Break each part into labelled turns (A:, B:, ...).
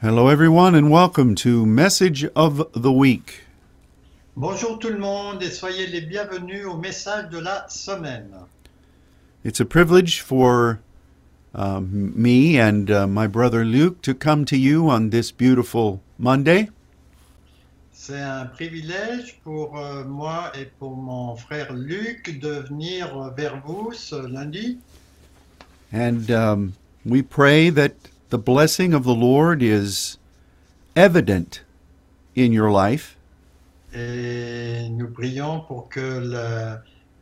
A: Hello, everyone, and welcome to Message of the Week.
B: Bonjour tout le monde et soyez les bienvenus au message de la semaine.
A: It's a privilege for uh, me and uh, my brother Luke to come to you on this beautiful Monday.
B: C'est un privilège pour euh, moi et pour mon frère Luc de venir euh, vers vous ce lundi.
A: And um, we pray that the blessing of the Lord is evident in your life
B: Et nous prions pour que le-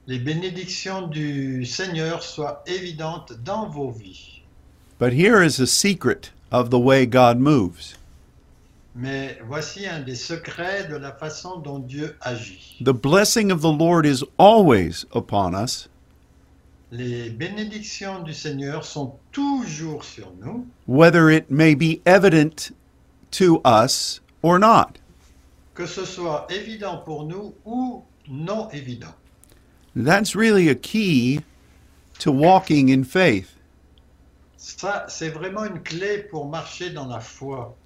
B: les bénédictions du Seigneur soient évidentes dans vos vies.
A: But here is a secret of the way God moves.
B: Mais voici un des secrets de la façon dont Dieu agit.
A: The blessing of the Lord is always upon us,
B: Les bénédictions du Seigneur sont toujours sur nous,
A: whether it may be evident to us or not.
B: que ce soit évident pour nous ou non évident.
A: That's really a key to walking in faith.
B: Ça, c'est vraiment une clé pour marcher dans la foi.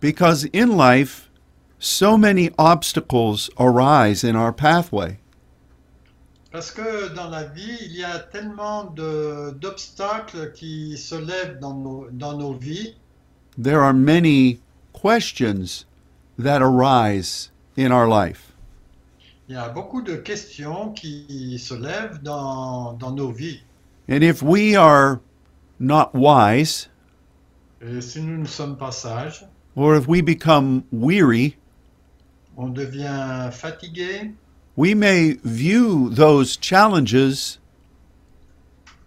A: Because in life, so many obstacles arise in our pathway.
B: Parce que dans la vie, il y a tellement de- d'obstacles qui se lèvent dans nos, dans nos vies.
A: There are many questions that arise in our life.
B: Il y a beaucoup de questions qui se lèvent dans, dans nos vies.
A: And if we are not wise,
B: Et si nous ne sommes pas sages,
A: or if we become weary,
B: on devient fatigué.
A: we may view those challenges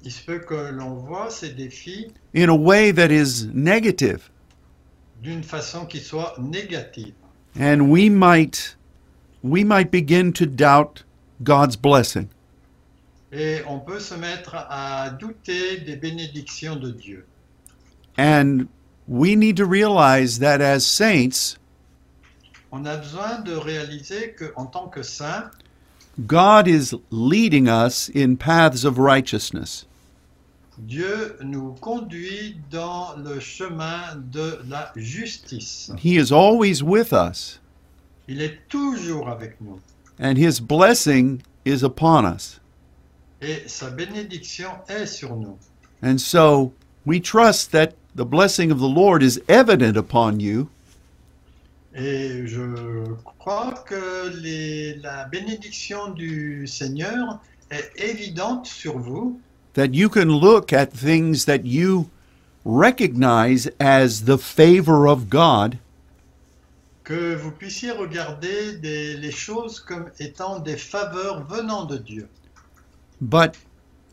B: Il se peut que l'on voit ces défis
A: in a way that is negative,
B: d'une façon qui soit négative.
A: and we might we might begin to doubt God's blessing.
B: Et on peut se mettre à douter des bénédictions de Dieu.
A: And we need to realize that as saints,
B: On a besoin de réaliser qu'en tant que saint,
A: God is leading us in paths of righteousness.
B: Dieu nous conduit dans le chemin de la justice.
A: He is always with us,
B: Il est toujours avec nous
A: and His blessing is upon us.
B: et sa bénédiction est sur nous.
A: And so we trust that the blessing of the Lord is evident upon you,
B: Et je crois que les- la bénédiction du Seigneur est évidente sur vous,
A: that you can look at things that you recognize as the favor of God
B: que vous puissiez regarder des- les choses comme étant des faveurs venant de Dieu.
A: But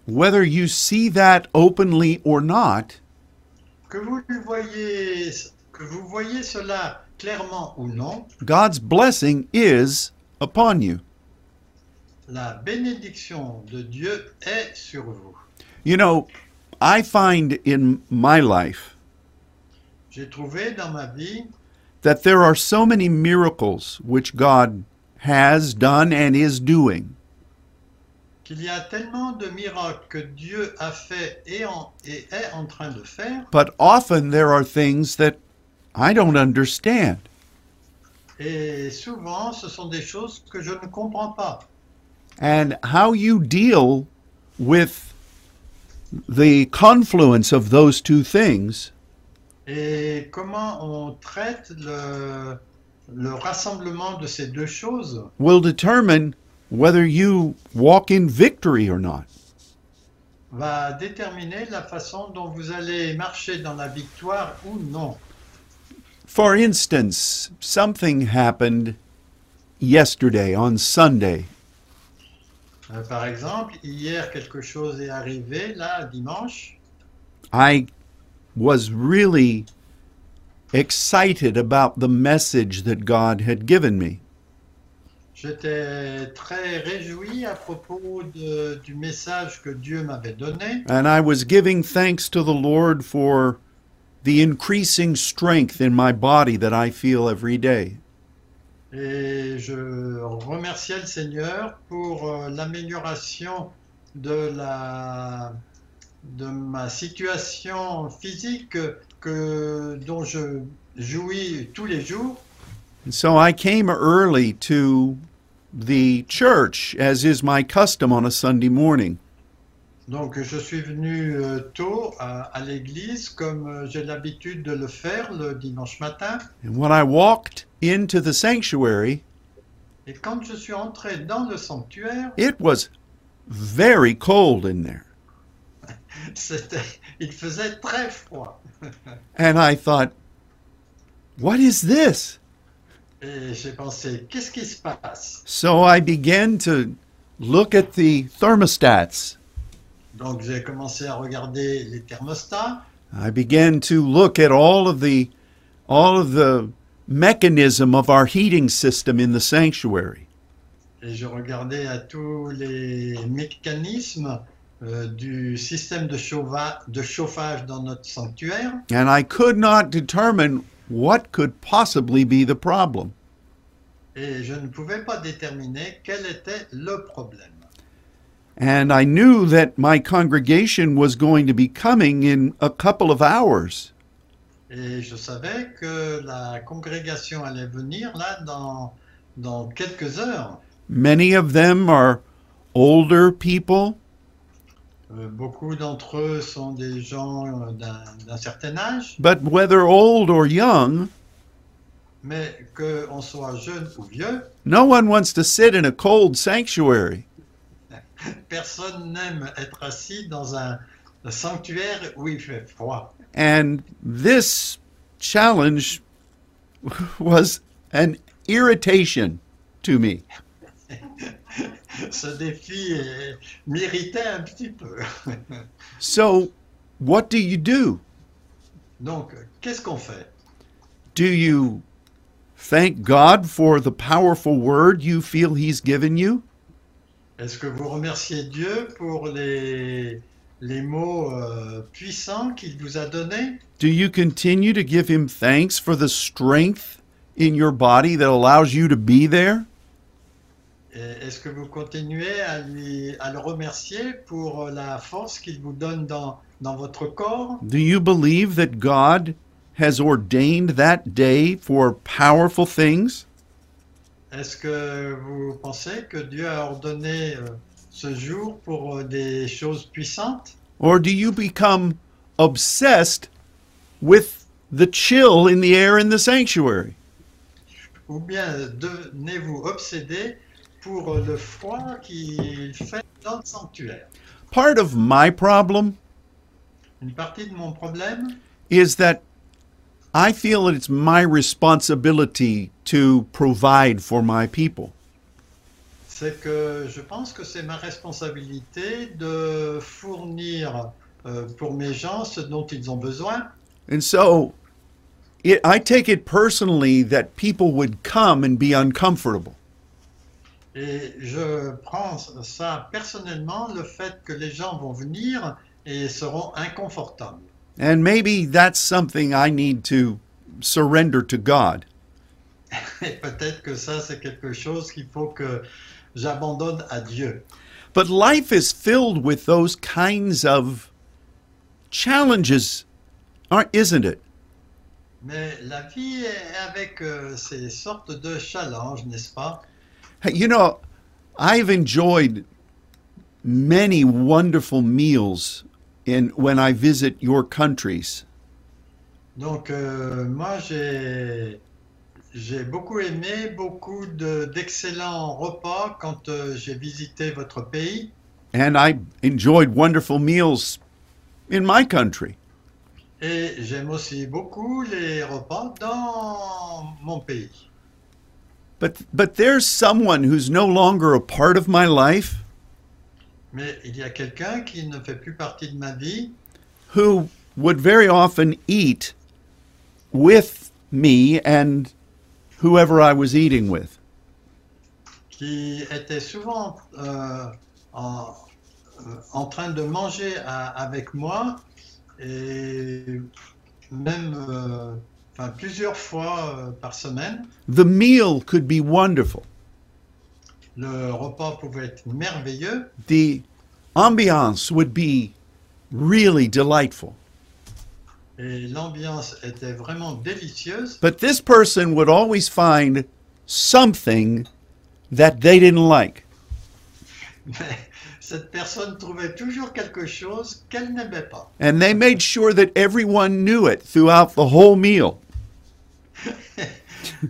A: whether you see that openly or not,
B: Que vous, le voyez, que vous voyez cela clairement ou non,
A: God's blessing is upon you.
B: La bénédiction de Dieu est sur vous.
A: You know, I find in my life
B: J'ai trouvé dans ma vie
A: that there are so many miracles which God has done and is doing.
B: qu'il y a tellement de miracles que Dieu a fait et, en- et est en train de faire,
A: But often there are things that I don't understand.
B: et souvent ce sont des choses que je ne comprends pas.
A: And how you deal with the confluence of those two things
B: Et comment on traite le, le rassemblement de ces deux choses
A: will determine whether you walk in victory or not.
B: va déterminer la façon dont vous allez marcher dans la victoire ou non.
A: For instance, something happened yesterday on Sunday,
B: Euh, Par exemple, hier quelque chose est arrivé, là, dimanche.
A: I was really excited about the message that God had given me.
B: J'étais très réjoui à propos de- du message que Dieu m'avait donné
A: And I was giving thanks to the Lord for the increasing strength in my body that I feel every day.
B: et je remerciais le Seigneur pour euh, l'amélioration de la, de ma situation physique que, dont je jouis tous les jours.
A: And so I came early to the church, as is my custom on a Sunday morning.
B: Donc je suis venu euh, tôt à, à l'église comme euh, j'ai l'habitude de le faire le dimanche matin.
A: And when I walked into the sanctuary,
B: Et quand je suis entré dans le sanctuaire,
A: it was very cold in there.
B: c'était, il faisait très froid.
A: And I thought, what is this?
B: Et j'ai pensé, qu'est-ce qui se passe
A: So I began to look at the thermostats.
B: Donc j'ai commencé à regarder les thermostats.
A: I began to look at all of the all of the mechanism of our heating system in the sanctuary.
B: Et je regardais à tous les mécanismes euh, du système de, chauva- de chauffage dans notre sanctuaire
A: And I could not determine what could possibly be the problem.
B: et je ne pouvais pas déterminer quel était le problème.
A: And I knew that my congregation was going to be coming in a couple of hours.
B: Et je savais que la congrégation allait venir là dans, dans quelques heures.
A: Many of them are older people,
B: Euh, beaucoup d'entre eux sont des gens euh, d'un d'un certain âge,
A: but whether old or young,
B: mais qu'on soit jeune ou vieux,
A: no one wants to sit in a cold sanctuary.
B: personne n'aime être assis dans un sanctuaire où il fait froid.
A: And this challenge was an irritation to me.
B: Ce défi euh, m'irritait un petit peu.
A: So, what do you do?
B: Donc, qu'est-ce qu'on fait
A: Do you thank God for the powerful word you feel He's given you?
B: Est-ce que vous remerciez Dieu pour les, les mots euh, puissants qu'il vous a donnés
A: Do you continue to give Him thanks for the strength in your body that allows you to be there?
B: Et Est-ce que vous continuez à, lui, à le remercier pour euh, la force qu'il vous donne dans, dans votre corps
A: Do you believe that God has ordained that day for powerful things?
B: Est-ce que vous pensez que Dieu a ordonné euh, ce jour pour euh, des choses puissantes
A: Or do you become obsessed with the chill in the air in the sanctuary?
B: Ou bien euh, devenez-vous obsédé pour euh, le froid qu'il fait dans le sanctuaire
A: Part of my problem
B: Une partie de mon problème,
A: is that I feel that it's my responsibility to provide for my people.
B: c'est que je pense que c'est ma responsabilité de fournir euh, pour mes gens ce dont ils ont besoin.
A: And so it, I take it personally that people would come and be uncomfortable.
B: Et je prends ça personnellement, le fait que les gens vont venir et seront inconfortables.
A: And maybe that's something I need to surrender to God.
B: Et peut-être que ça, c'est quelque chose qu'il faut que j'abandonne à Dieu.
A: But life is filled with those kinds of challenges, aren't, isn't it?
B: Mais la vie est avec euh, ces sortes de challenges, n'est-ce pas
A: Hey, You know, I've enjoyed many wonderful meals in when I visit your countries.
B: Donc, euh, moi, j'ai j'ai beaucoup aimé beaucoup de- d'excellents repas quand euh, j'ai visité votre pays.
A: And I enjoyed wonderful meals in my country.
B: Et j'aime aussi beaucoup les repas dans mon pays.
A: But but there's someone who's no longer a part of my life
B: Mais il y a quelqu'un qui ne fait plus partie de ma vie
A: who would very often eat with me and whoever I was eating with.
B: qui était souvent euh, en, euh, en train de manger à- avec moi et même euh, enfin, plusieurs fois euh, par semaine.
A: The meal could be wonderful.
B: Le repas pouvait être merveilleux,
A: The ambiance would be really delightful.
B: et l'ambiance était vraiment délicieuse.
A: But this person would always find something that they didn't like.
B: Mais cette personne trouvait toujours quelque chose qu'elle n'aimait pas.
A: And they made sure that everyone knew it throughout the whole meal.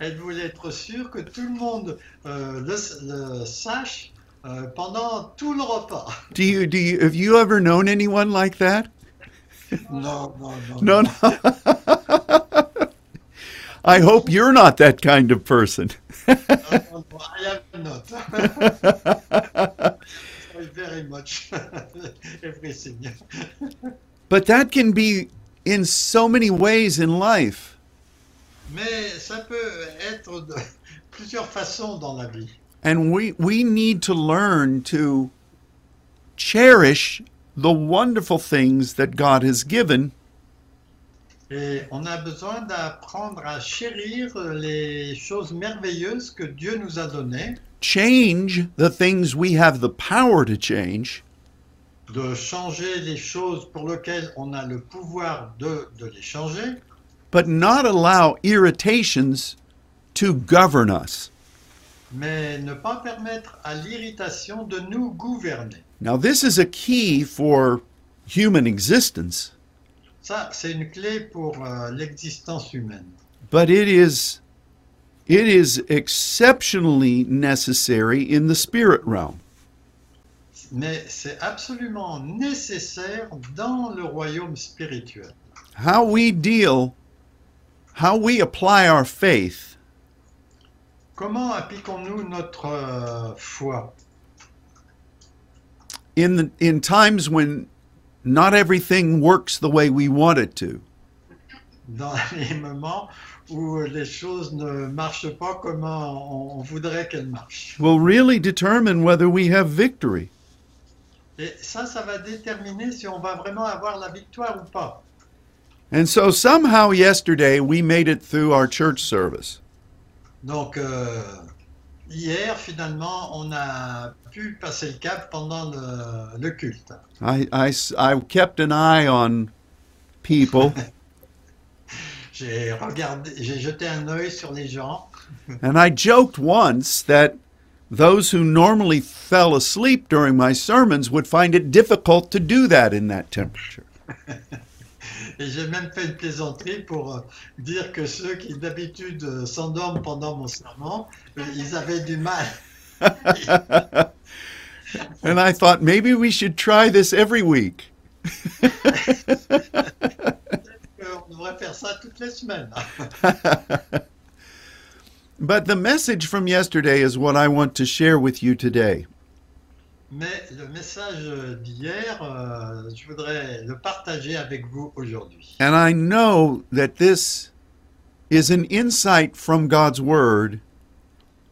B: Elle voulait être sûre que tout le monde euh, le, le sache euh, pendant tout le repas.
A: Do you, do you, have you ever known anyone like that?
B: Non, non,
A: No,
B: non.
A: no. I hope you're not that kind of person.
B: non, non, non, I have not. I very much everything.
A: But that can be in so many ways in life.
B: Mais ça peut être de plusieurs façons dans la vie.
A: And we, we need to learn to cherish the wonderful things that God has given
B: Et on a besoin d'apprendre à chérir les choses merveilleuses que Dieu nous a données,
A: change the things we have the power to change
B: de changer les choses pour lesquelles on a le pouvoir de, de les changer,
A: but not allow irritations to govern us.
B: mais ne pas permettre à l'irritation de nous gouverner.
A: Now, this is a key for human existence,
B: Ça, c'est une clé pour euh, l'existence humaine.
A: but it is it is exceptionally necessary in the spirit realm.
B: Mais c'est absolument nécessaire dans le royaume spirituel.
A: How we deal, how we apply our faith
B: Comment appliquons-nous notre euh, foi
A: in the, in times when not everything works the way we want it to.
B: dans les moments où les choses ne marchent pas comme on on voudrait qu'elles marchent.
A: Will really determine whether we have victory.
B: Et ça, ça va déterminer si on va vraiment avoir la victoire ou pas.
A: And so somehow yesterday we made it through our church service.
B: Donc, euh, hier, finalement, on a pu passer le cap pendant le, le culte.
A: I, I s- I kept an eye on people
B: J'ai regardé, j'ai jeté un œil sur les gens
A: and I joked once that those who normally fell asleep during my sermons would find it difficult to do that in that temperature.
B: et j'ai même fait une plaisanterie pour euh, dire que ceux qui d'habitude euh, s'endorment pendant mon serment, euh, ils avaient du mal.
A: And I thought maybe we should try this every week.
B: Euh, On devrait faire ça toutes les semaines.
A: But the message from yesterday is what I want to share with you today.
B: Mais le message d'hier, euh, je voudrais le partager avec vous aujourd'hui.
A: And I know that this is an insight from God's Word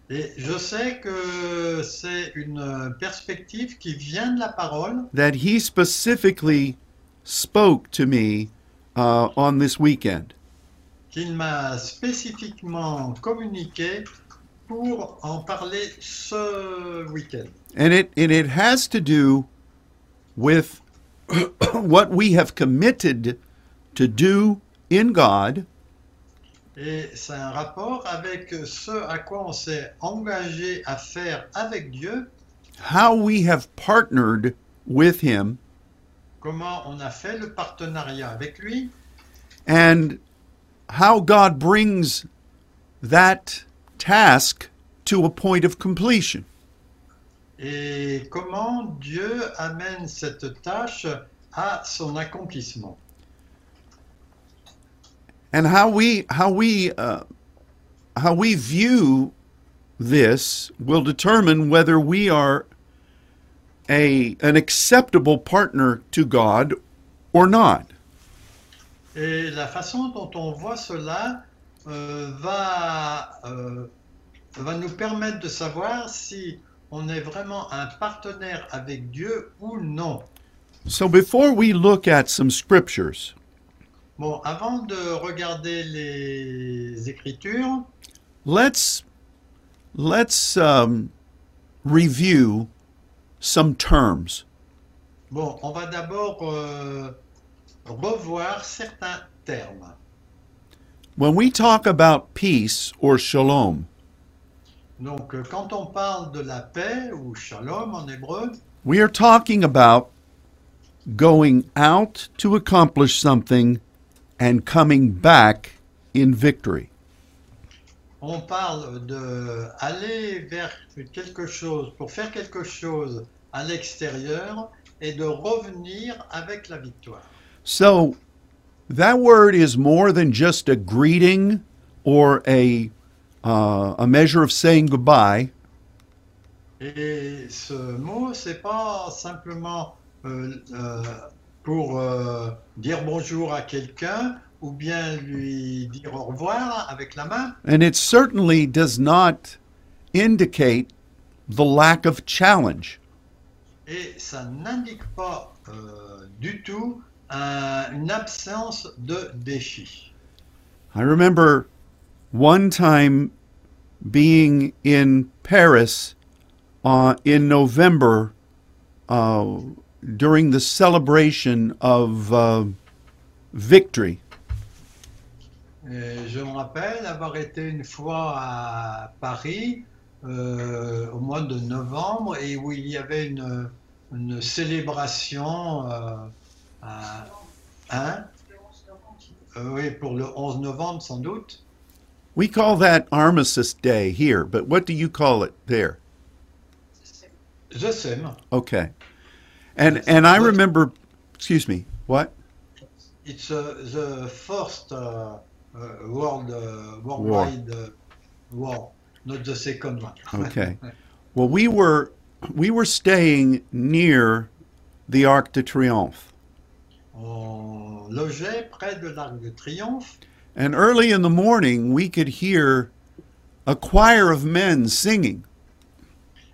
B: Et je sais que c'est une perspective qui vient de la parole
A: that He specifically spoke to me uh, on this weekend.
B: qu'il m'a spécifiquement communiqué pour en parler ce week-end.
A: And it, and it has to do with what we have committed to do in God
B: Et c'est un rapport avec ce à quoi on s'est engagé à faire avec Dieu,
A: how we have partnered with him
B: comment on a fait le partenariat avec lui
A: and how God brings that task to a point of completion.
B: et comment Dieu amène cette tâche à son accomplissement.
A: And how we how we uh, how we view this will determine whether we are a an acceptable partner to God or not.
B: Et la façon dont on voit cela euh, va, euh, va nous permettre de savoir si on est vraiment un partenaire avec Dieu ou non.
A: So before we look at some scriptures,
B: Bon, avant de regarder les Écritures,
A: let's let's um, review some terms.
B: Bon, on va d'abord euh, revoir certains termes.
A: When we talk about peace or shalom,
B: Donc, euh, quand on parle de la paix ou shalom en hébreu,
A: we are talking about going out to accomplish something and coming back in victory.
B: on parle de aller vers quelque chose pour faire quelque chose à l'extérieur et de revenir avec la victoire.
A: So that word is more than just a greeting or a uh, a measure of saying goodbye.
B: Et ce mot, c'est pas simplement euh, euh, pour euh, dire bonjour à quelqu'un ou bien lui dire au revoir avec la main.
A: And it certainly does not indicate the lack of challenge.
B: Et ça n'indique pas euh, du tout un- une absence de défi.
A: I remember one time being in Paris uh, in November uh, during the celebration of uh, victory.
B: Et Euh, je me rappelle avoir été une fois à Paris euh, au mois de novembre et où il y avait une, une célébration euh, à- hein Euh, oui, pour le 11 novembre sans doute.
A: We call that Armistice Day here, but what do you call it there?
B: Je sème.
A: Okay. And and I remember excuse me, what?
B: It's uh, the first uh, uh, world, uh, worldwide uh, war, not the second one.
A: Okay. Well, we were we were staying near the Arc de Triomphe.
B: On logeait près de l'Arc de Triomphe
A: And early in the morning, we could hear a choir of men singing.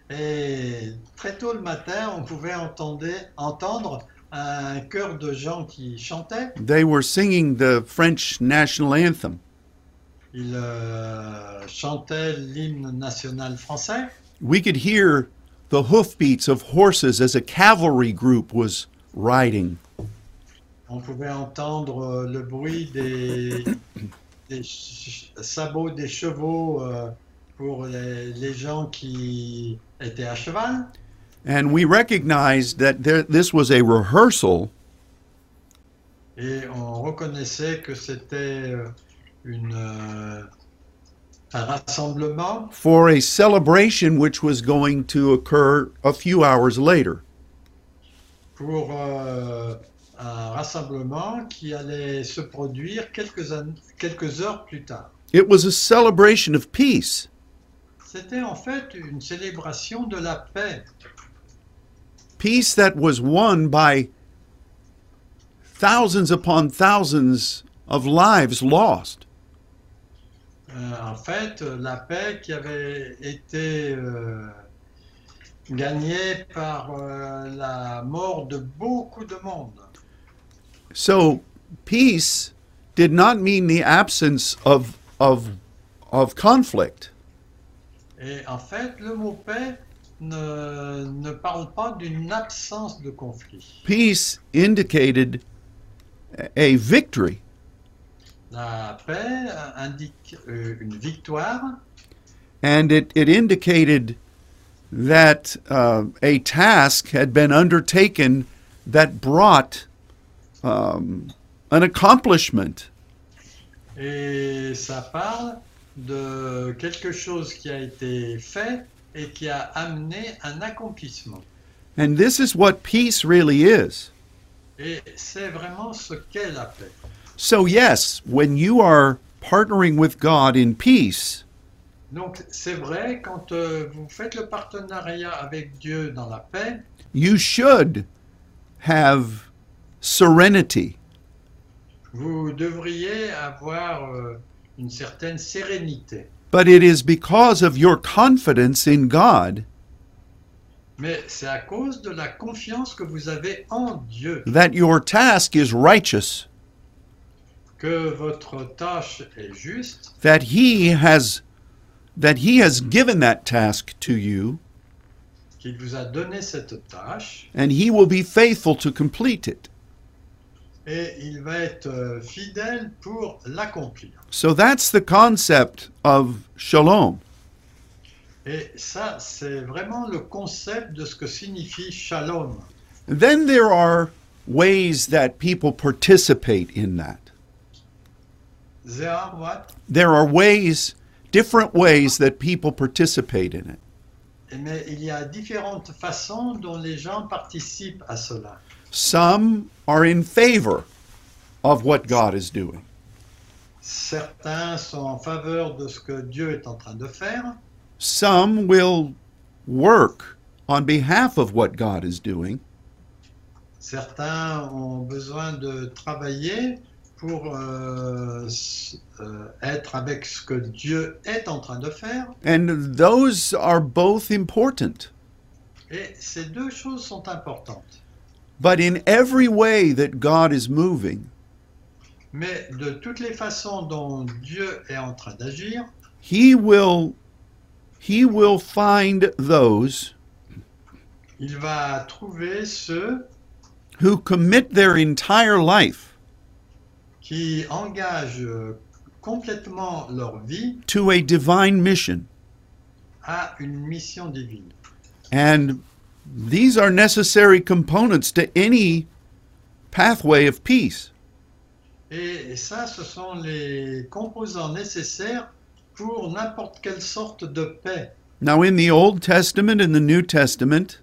B: et très tôt le matin, on pouvait entendre, entendre un chœur de gens qui chantaient.
A: They were singing the French national anthem.
B: Ils euh, chantaient l'hymne national français.
A: We could hear the hoofbeats of horses as a cavalry group was riding.
B: On pouvait entendre euh, le bruit des, des ch- sabots des chevaux euh, pour les, les gens qui étaient à cheval.
A: And we recognized that there, this was a rehearsal
B: Et on reconnaissait que c'était euh, une, euh, un rassemblement
A: for a celebration which was going to occur a few hours later.
B: pour euh, un rassemblement qui allait se produire quelques, an- quelques heures plus tard.
A: It was a celebration of peace.
B: C'était en fait une célébration de la paix.
A: peace that was won by thousands upon thousands of lives lost.
B: Euh, en fait, euh, la paix qui avait été euh, gagnée par euh, la mort de beaucoup de monde.
A: So peace did not mean the absence of of of conflict.
B: Et en fait, le mot paix ne, ne parle pas d'une absence de conflit.
A: Peace indicated a victory.
B: La paix euh, indique euh, une victoire
A: And it, it indicated that uh, a task had been undertaken that brought um, an accomplishment.
B: et ça parle de quelque chose qui a été fait et qui a amené un accomplissement.
A: And this is what peace really is.
B: Et c'est vraiment ce qu'est la paix.
A: So, yes, when you are partnering with God in peace,
B: Donc c'est vrai, quand euh, vous faites le partenariat avec Dieu dans la paix,
A: you should have serenity.
B: vous devriez avoir euh, une certaine sérénité.
A: But it is because of your confidence in God
B: Mais c'est à cause de la confiance que vous avez en Dieu
A: that your task is righteous,
B: que votre tâche est juste,
A: that He has that He has given that task to you,
B: qui vous a donné cette tâche
A: and he will be faithful to complete it.
B: et il va être euh, fidèle pour l'accomplir.
A: So that's the concept of shalom.
B: Et ça, c'est vraiment le concept de ce que signifie shalom.
A: Then there are ways that people participate in that.
B: Zéar, what?
A: There are ways, different ways that people participate in it.
B: Et Mais il y a différentes façons dont les gens participent à cela.
A: Some are in favor of what God is doing,
B: Certains sont en faveur de ce que Dieu est en train de faire.
A: some will work on behalf of what God is doing,
B: Certains ont besoin de travailler pour euh, s- euh, être avec ce que Dieu est en train de faire.
A: and those are both important.
B: Et ces deux choses sont importantes.
A: But in every way that God is moving,
B: Mais de toutes les façons dont Dieu est en train d'agir,
A: he will he will find those
B: il va trouver ceux
A: who commit their entire life
B: qui engagent euh, complètement leur vie
A: to a divine mission.
B: à une mission divine.
A: And these are necessary components to any pathway of peace.
B: Et ça, ce sont les composants nécessaires pour n'importe quelle sorte de paix.
A: Now, in the Old Testament and the New Testament,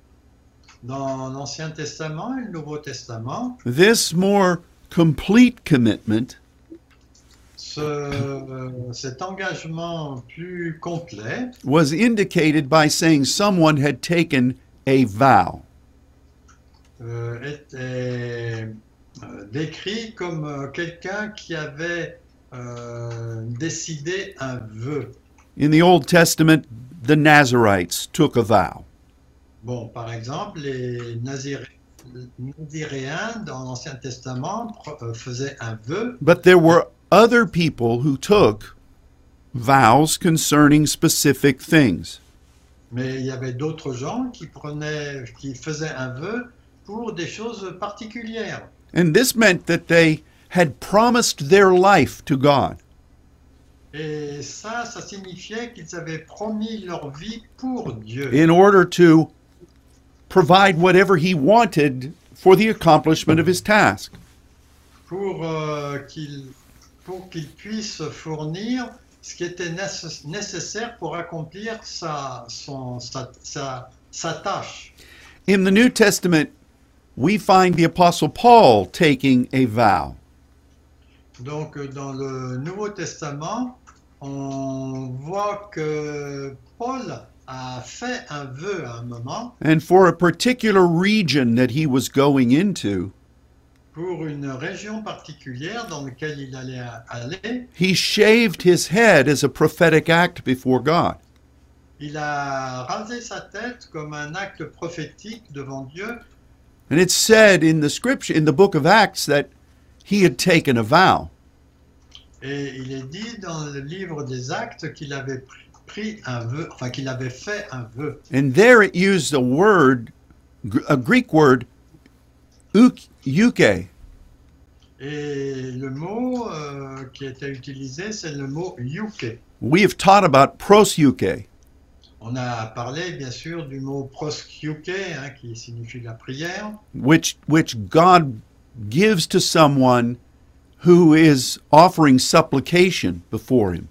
B: Dans l'Ancien Testament et le Nouveau Testament,
A: this more complete commitment
B: ce, euh, cet engagement plus complet
A: was indicated by saying someone had taken a vow.
B: euh, était euh, décrit comme euh, quelqu'un qui avait euh, décidé un vœu.
A: In the Old Testament, the Nazarites took a vow.
B: Bon, par exemple, les Naziré- Naziréens dans l'Ancien Testament pr- euh, faisaient un vœu
A: But there were other people who took vows concerning specific things.
B: Mais il y avait d'autres gens qui prenaient, qui faisaient un vœu pour des choses particulières.
A: And this meant that they had promised their life to God.
B: Et ça, ça signifiait qu'ils avaient promis leur vie pour Dieu,
A: in order to provide whatever he wanted for the accomplishment of his task.
B: pour euh, qu'ils pour qu'ils puissent fournir ce qui était nécess- nécessaire pour accomplir sa, son, sa, sa, sa tâche.
A: In the New Testament, we find the Apostle Paul taking a vow.
B: Donc euh, dans le Nouveau Testament, on voit que Paul a fait un vœu à un moment.
A: And for a particular region that he was going into,
B: pour une région particulière dans laquelle il allait a- aller,
A: he shaved his head as a prophetic act before God.
B: il a rasé sa tête comme un acte prophétique devant Dieu.
A: And it's said in the scripture, in the book of Acts, that he had taken a vow.
B: Et il est dit dans le livre des Actes qu'il avait pr- pris un vœu, enfin qu'il avait fait un vœu.
A: And there it used a word, gr- a Greek word, uk- euke,
B: Et le mot euh, qui était utilisé, c'est le mot yuke.
A: We have taught about prosuke,
B: On a parlé bien sûr du mot prosyuke, hein, qui signifie la prière.
A: which which God gives to someone who is offering supplication before him.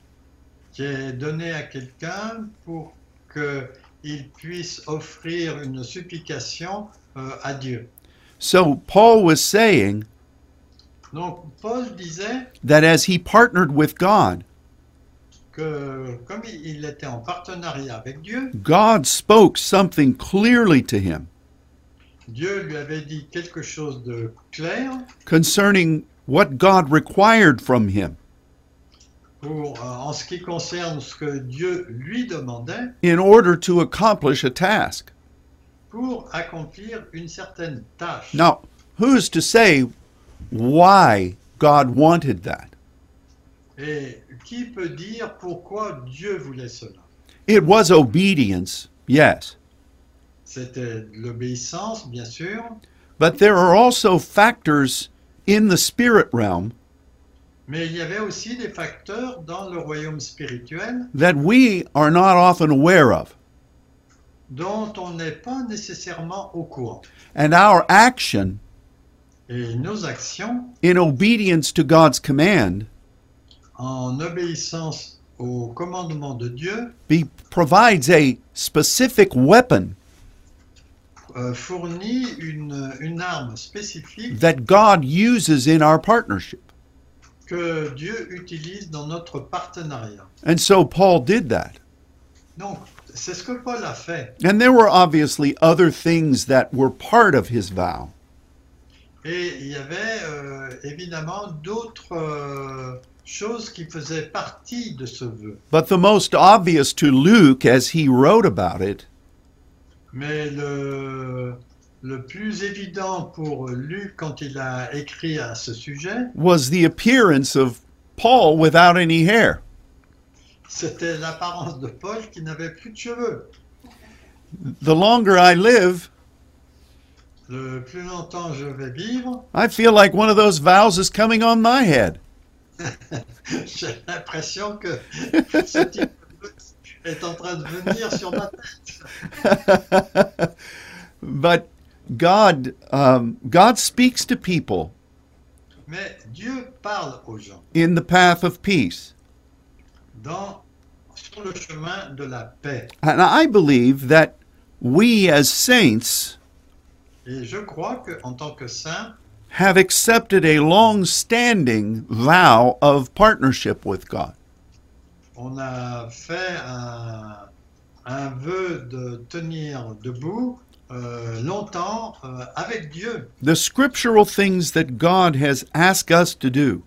B: qui est donné à quelqu'un pour qu'il puisse offrir une supplication euh, à Dieu.
A: So Paul was saying
B: Donc Paul disait
A: that as he partnered with God,
B: que comme il il était en partenariat avec Dieu,
A: God spoke something clearly to him
B: Dieu lui avait dit quelque chose de clair
A: concerning what God required from him
B: pour, euh, en ce qui concerne ce que Dieu lui demandait
A: in order to accomplish a task.
B: pour accomplir une certaine tâche.
A: Now, who's to say why God wanted that?
B: Et qui peut dire pourquoi Dieu voulait cela
A: It was obedience, yes.
B: C'était de l'obéissance, bien sûr,
A: But there are also factors in the spirit realm
B: mais il y avait aussi des facteurs dans le royaume spirituel
A: that we are not often aware of.
B: dont on n'est pas nécessairement au courant.
A: And our action
B: Et nos actions,
A: in obedience to God's command
B: en obéissance au commandement de Dieu,
A: be, provides a specific weapon
B: euh, fournit une, une arme spécifique
A: that God uses in our partnership.
B: que Dieu utilise dans notre partenariat.
A: And so Paul did that.
B: Donc, c'est ce que Paul a fait.
A: And there were obviously other things that were part of his vow.
B: Et il y avait euh, évidemment d'autres euh, choses qui faisaient partie de ce vœu.
A: But the most obvious to Luke as he wrote about it
B: Mais le, le plus évident pour Luc quand il a écrit à ce sujet,
A: was the appearance of Paul without any hair.
B: c'était l'apparence de Paul qui n'avait plus de cheveux.
A: The longer I live,
B: Le plus longtemps je vais vivre,
A: I feel like one of those vows is coming on my head.
B: j'ai l'impression que ce type de vœu est en train de venir sur ma tête.
A: But God, um, God speaks to people
B: Mais Dieu parle aux gens
A: in the path of peace.
B: dans, sur le chemin de la paix.
A: And I believe that we as saints
B: Et je crois que en tant que saint,
A: have accepted a long standing vow of partnership with God.
B: on a fait un, un vœu de tenir debout euh, longtemps euh, avec Dieu.
A: The scriptural things that God has asked us to do,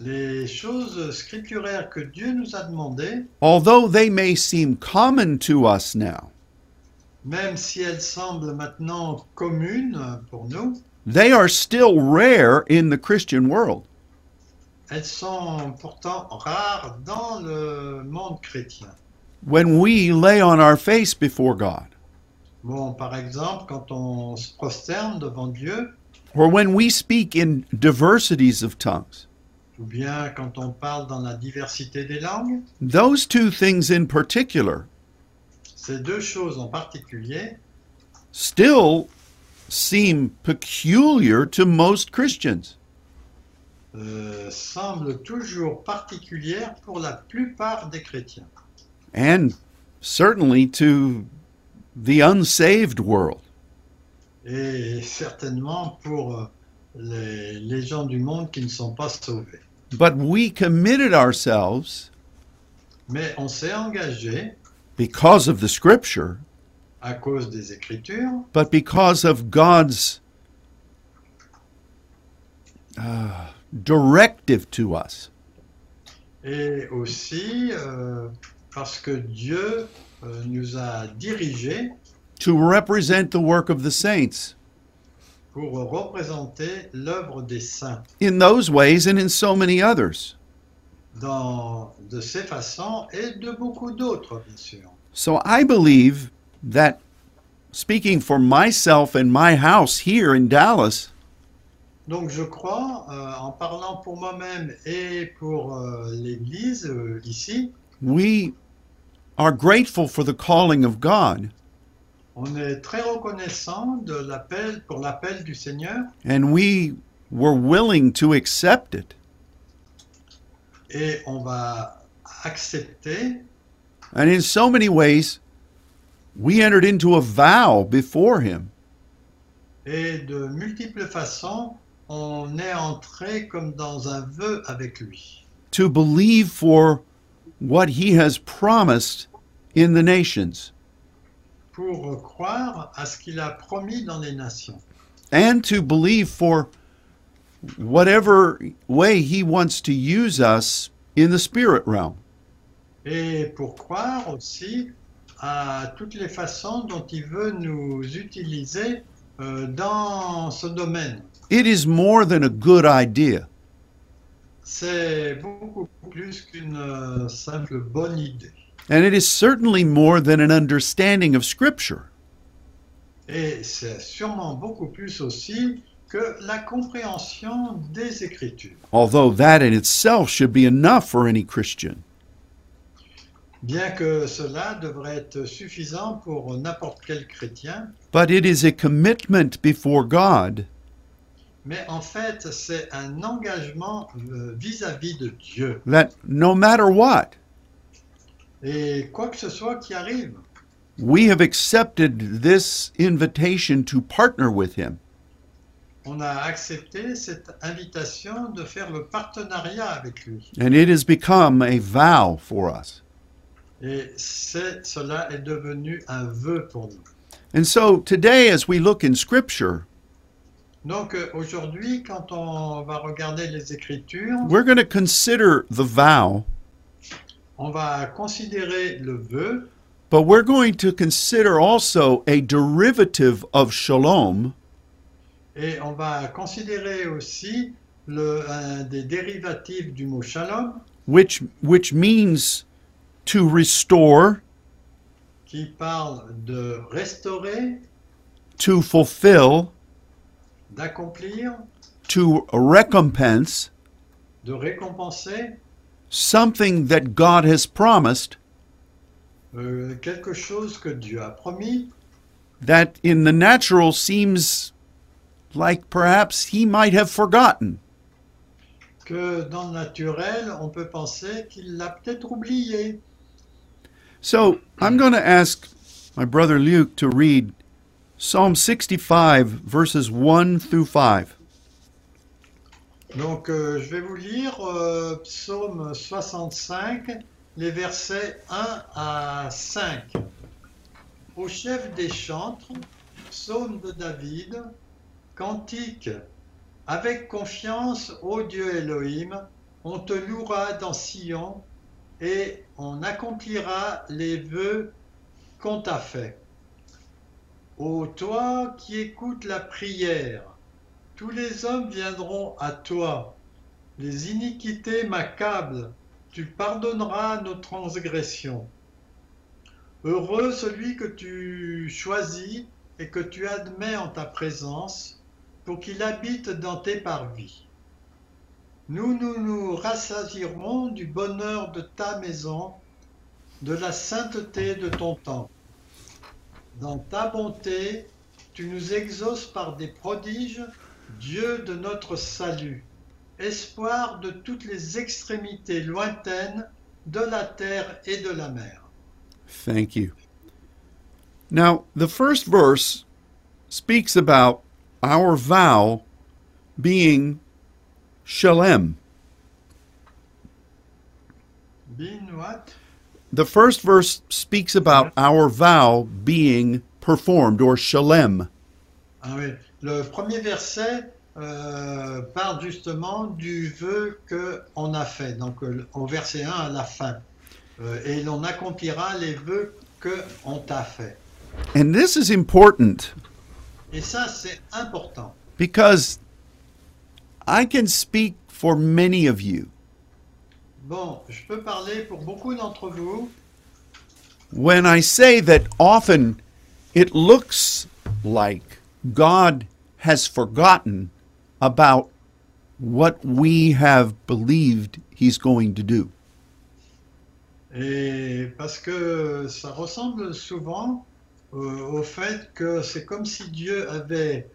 B: Les choses scripturaires que Dieu nous a demandées,
A: although they may seem common to us now,
B: même si elles semblent maintenant communes pour nous,
A: they are still rare in the Christian world.
B: elles sont pourtant rares dans le monde chrétien.
A: When we lay on our face before God,
B: Bon, par exemple, quand on se prosterne devant Dieu,
A: or when we speak in diversities of tongues.
B: ou bien quand on parle dans la diversité des langues,
A: Those two things in particular
B: ces deux choses en particulier
A: still seem peculiar to most Christians.
B: euh, semble toujours particulière pour la plupart des chrétiens
A: and certainly to the unsaved world.
B: et certainement pour euh, les, les gens du monde qui ne sont pas sauvés.
A: But we committed ourselves
B: Mais on s'est engagé
A: because of the scripture,
B: à cause des Écritures,
A: but because of God's uh, directive to us.
B: et aussi euh, parce que Dieu euh, nous a dirigés
A: To represent the work of the saints
B: pour représenter l'œuvre des saints
A: in those ways and in so many others.
B: dans, de ces façons et de beaucoup d'autres, bien sûr.
A: So I believe that, speaking for myself and my house here in Dallas,
B: Donc je crois, euh, en parlant pour moi-même et pour euh, l'Église euh, ici,
A: we are grateful for the calling of God
B: on est très reconnaissant de l'appel pour l'appel du Seigneur
A: and we were willing to accept it.
B: et on va accepter.
A: And in so many ways, we entered into a vow before Him
B: Et de multiples façons, on est entré comme dans un vœu avec lui
A: to believe for what He has promised in the nations
B: pour croire à ce qu'il a promis dans les nations
A: and to believe for whatever way He wants to use us in the spirit realm.
B: et pour croire aussi à toutes les façons dont il veut nous utiliser euh, dans ce domaine.
A: It is more than a good idea,
B: C'est beaucoup plus qu'une euh, simple bonne idée.
A: and it is certainly more than an understanding of Scripture.
B: Et c'est sûrement beaucoup plus aussi que la compréhension des Écritures.
A: although that in itself should be enough for any Christian.
B: Bien que cela devrait être suffisant pour n'importe quel chrétien,
A: But it is a commitment before God
B: mais en fait, c'est un engagement euh, vis-à-vis de Dieu.
A: that no matter what,
B: Et quoi que ce soit qui arrive,
A: we have accepted this invitation to partner with Him.
B: on a accepté cette invitation de faire le partenariat avec lui.
A: And it has become a vow for us.
B: Et c'est, cela est devenu un vœu pour nous.
A: And so today, as we look in Scripture,
B: Donc euh, aujourd'hui, quand on va regarder les Écritures,
A: we're going to consider the vow,
B: on va considérer le vœu,
A: but we're going to consider also a derivative of shalom,
B: Et on va considérer aussi le, un des dérivatifs du mot shalom,
A: which, which means to restore,
B: qui parle de restaurer,
A: to fulfill,
B: d'accomplir,
A: to recompense
B: de récompenser,
A: something that God has promised
B: euh, quelque chose que Dieu a promis,
A: that in the natural seems like perhaps he might have forgotten.
B: que dans le naturel, on peut penser qu'il l'a peut-être oublié.
A: So I'm going to ask my brother Luke to read Psalm 65, verses 1 through 5.
B: Donc euh, je vais vous lire euh, Psaume 65, les versets 1 à 5. Au chef des chantres, Psaume de David, cantique. Avec confiance, ô Dieu Elohim, on te louera dans Sion et on accomplira les vœux qu'on t'a faits. Ô toi qui écoutes la prière, tous les hommes viendront à toi. Les iniquités m'accablent. Tu pardonneras nos transgressions. Heureux celui que tu choisis et que tu admets en ta présence pour qu'il habite dans tes parvis. Nous, nous nous rassasirons du bonheur de ta maison, de la sainteté de ton temple. Dans ta bonté, tu nous exauces par des prodiges Dieu de notre salut, espoir de toutes les extrémités lointaines de la terre et de la mer.
A: Thank you. Now, the first verse speaks about our vow being shalem.
B: Binouat,
A: The first verse speaks about our vow being performed or shalem.
B: ah oui, le premier verset euh, parle justement du vœu que on a fait, donc euh, au verset 1 à la fin. Euh, et l'on accomplira les vœux que on t'a fait.
A: And this is important
B: Et ça, c'est important.
A: because I can speak for many of you.
B: Bon, je peux parler pour beaucoup d'entre vous.
A: When I say that often it looks like God has forgotten about what we have believed He's going to do.
B: Et parce que ça ressemble souvent euh, au fait que c'est comme si Dieu avait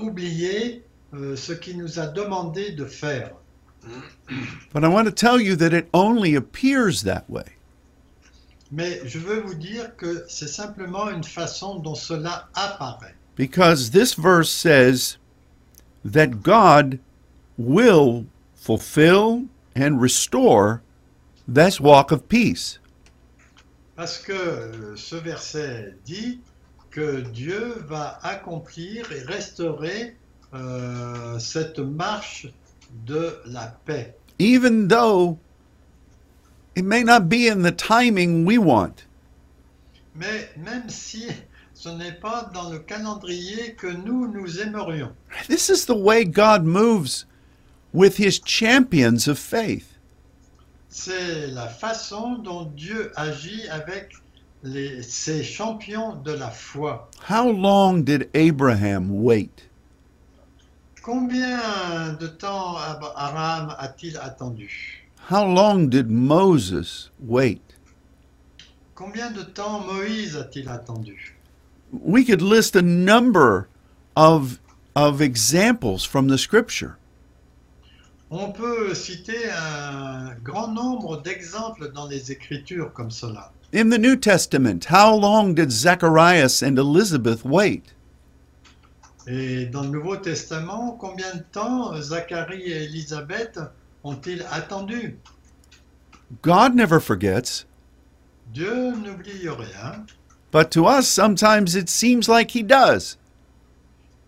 B: oublié euh, ce qu'il nous a demandé de faire.
A: But I want to tell you that it only appears that way.
B: Mais je veux vous dire que c'est simplement une façon dont cela apparaît.
A: Because this verse says that God will fulfill and restore this walk of peace.
B: Parce que euh, ce verset dit que Dieu va accomplir et restaurer euh, cette marche de la paix.
A: Even though it may not be in the timing we want,
B: Mais même si ce n'est pas dans le calendrier que nous nous aimerions,
A: this is the way God moves with his champions of faith.
B: c'est la façon dont Dieu agit avec les, ces champions de la foi.
A: How long did Abraham wait?
B: Combien de temps Ab- Abraham a-t-il attendu
A: How long did Moses wait?
B: Combien de temps Moïse a-t-il attendu
A: We could list a number of of examples from the scripture.
B: On peut citer un grand nombre d'exemples dans les Écritures comme cela.
A: In the New Testament, how long did Zacharias and Elizabeth wait?
B: Et dans le Nouveau Testament, combien de temps Zacharie et Élisabeth ont-ils attendu
A: God never forgets,
B: Dieu n'oublie rien,
A: but to us sometimes it seems like he does.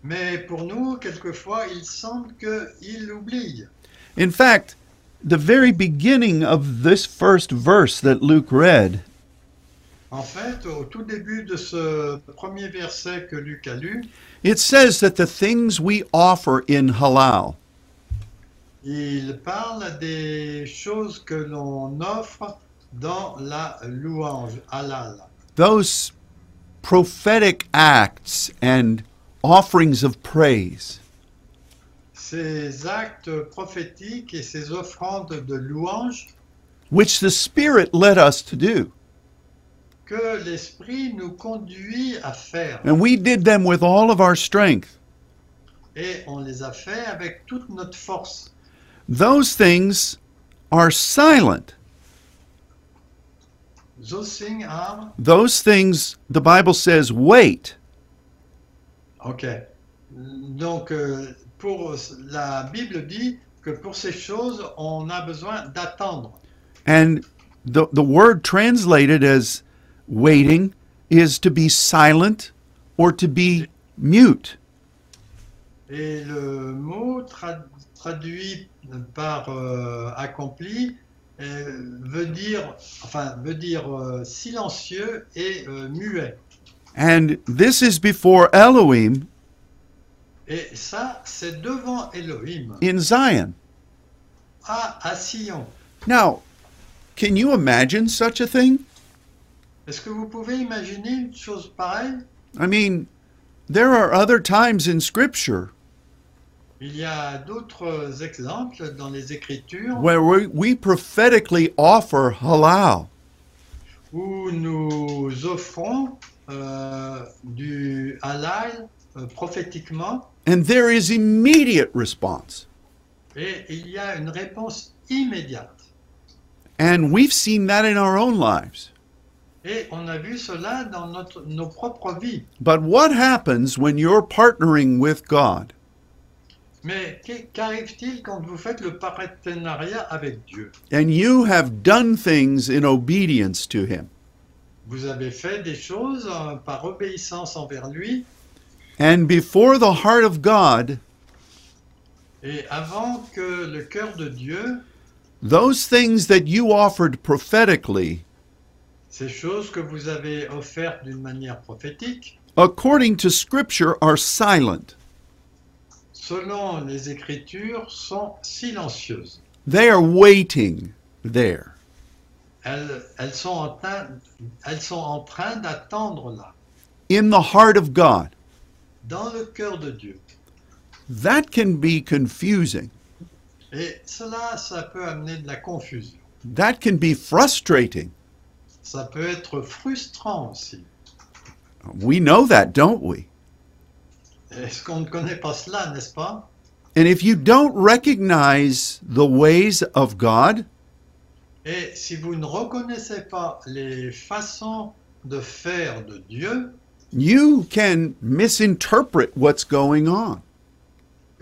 B: mais pour nous, quelquefois, il semble qu'il l'oublie.
A: In fact, the very beginning of this first verse that Luke read,
B: En fait, au tout début de ce premier verset que Luc a lu,
A: it says that the things we offer in halal
B: il parle des choses que l'on offre dans la louange, halal.
A: those prophetic acts and offerings of praise.
B: Ces actes prophétiques et ces offrandes de louange
A: which the Spirit led us to do.
B: que l'Esprit nous conduit à faire.
A: And we did them with all of our strength.
B: Et on les a fait avec toute notre force.
A: Those things are silent.
B: Those things are...
A: Those things, the Bible says, wait.
B: Ok. Donc, euh, pour la Bible dit que pour ces choses, on a besoin d'attendre.
A: And the, the word translated as waiting is to be silent or to be mute.
B: Et le mot tra- traduit par euh, accompli euh, veut dire, enfin, veut dire euh, silencieux et euh, muet.
A: And this is before Elohim
B: Et ça, c'est devant Elohim,
A: in Zion.
B: à, à Sion.
A: Now, can you imagine such a thing?
B: Est-ce que vous pouvez imaginer une chose pareille
A: I mean, there are other times in Scripture
B: Il y a d'autres exemples dans les Écritures
A: where we, we prophetically offer halal.
B: où nous offrons euh, du halal euh, prophétiquement
A: And there is immediate response.
B: et il y a une réponse immédiate.
A: And we've seen that in our own lives.
B: Et on a vu cela dans notre, nos propres vies.
A: But what happens when you're partnering with God?
B: Mais qu'est- qu'arrive-t-il quand vous faites le partenariat avec Dieu
A: And you have done things in obedience to Him.
B: Vous avez fait des choses euh, par obéissance envers lui
A: And before the heart of God,
B: et avant que le cœur de Dieu
A: those things that you offered prophetically,
B: Ces choses que vous avez offertes d'une manière prophétique,
A: according to Scripture, are silent.
B: selon les Écritures, sont silencieuses.
A: They are waiting there.
B: Elles, elles sont, en train, elles sont en train d'attendre là,
A: In the heart of God.
B: dans le cœur de Dieu.
A: That can be confusing.
B: Et cela, ça peut amener de la confusion.
A: That can be frustrating.
B: Ça peut être frustrant aussi.
A: We know that, don't we?
B: Est-ce qu'on ne connaît pas cela, n'est-ce pas
A: And if you don't recognize the ways of God,
B: Et si vous ne reconnaissez pas les façons de faire de Dieu,
A: you can misinterpret what's going on.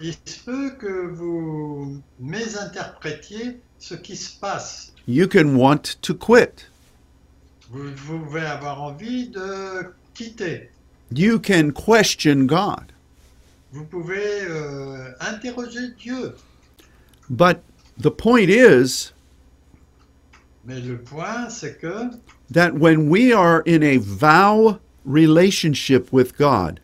B: Il se peut que vous mésinterprétiez ce qui se passe.
A: You can want to quit.
B: Vous, vous pouvez avoir envie de quitter.
A: You can question God.
B: Vous pouvez euh, interroger Dieu.
A: But the point is
B: Mais le point, c'est que
A: that when we are in a vow relationship with God,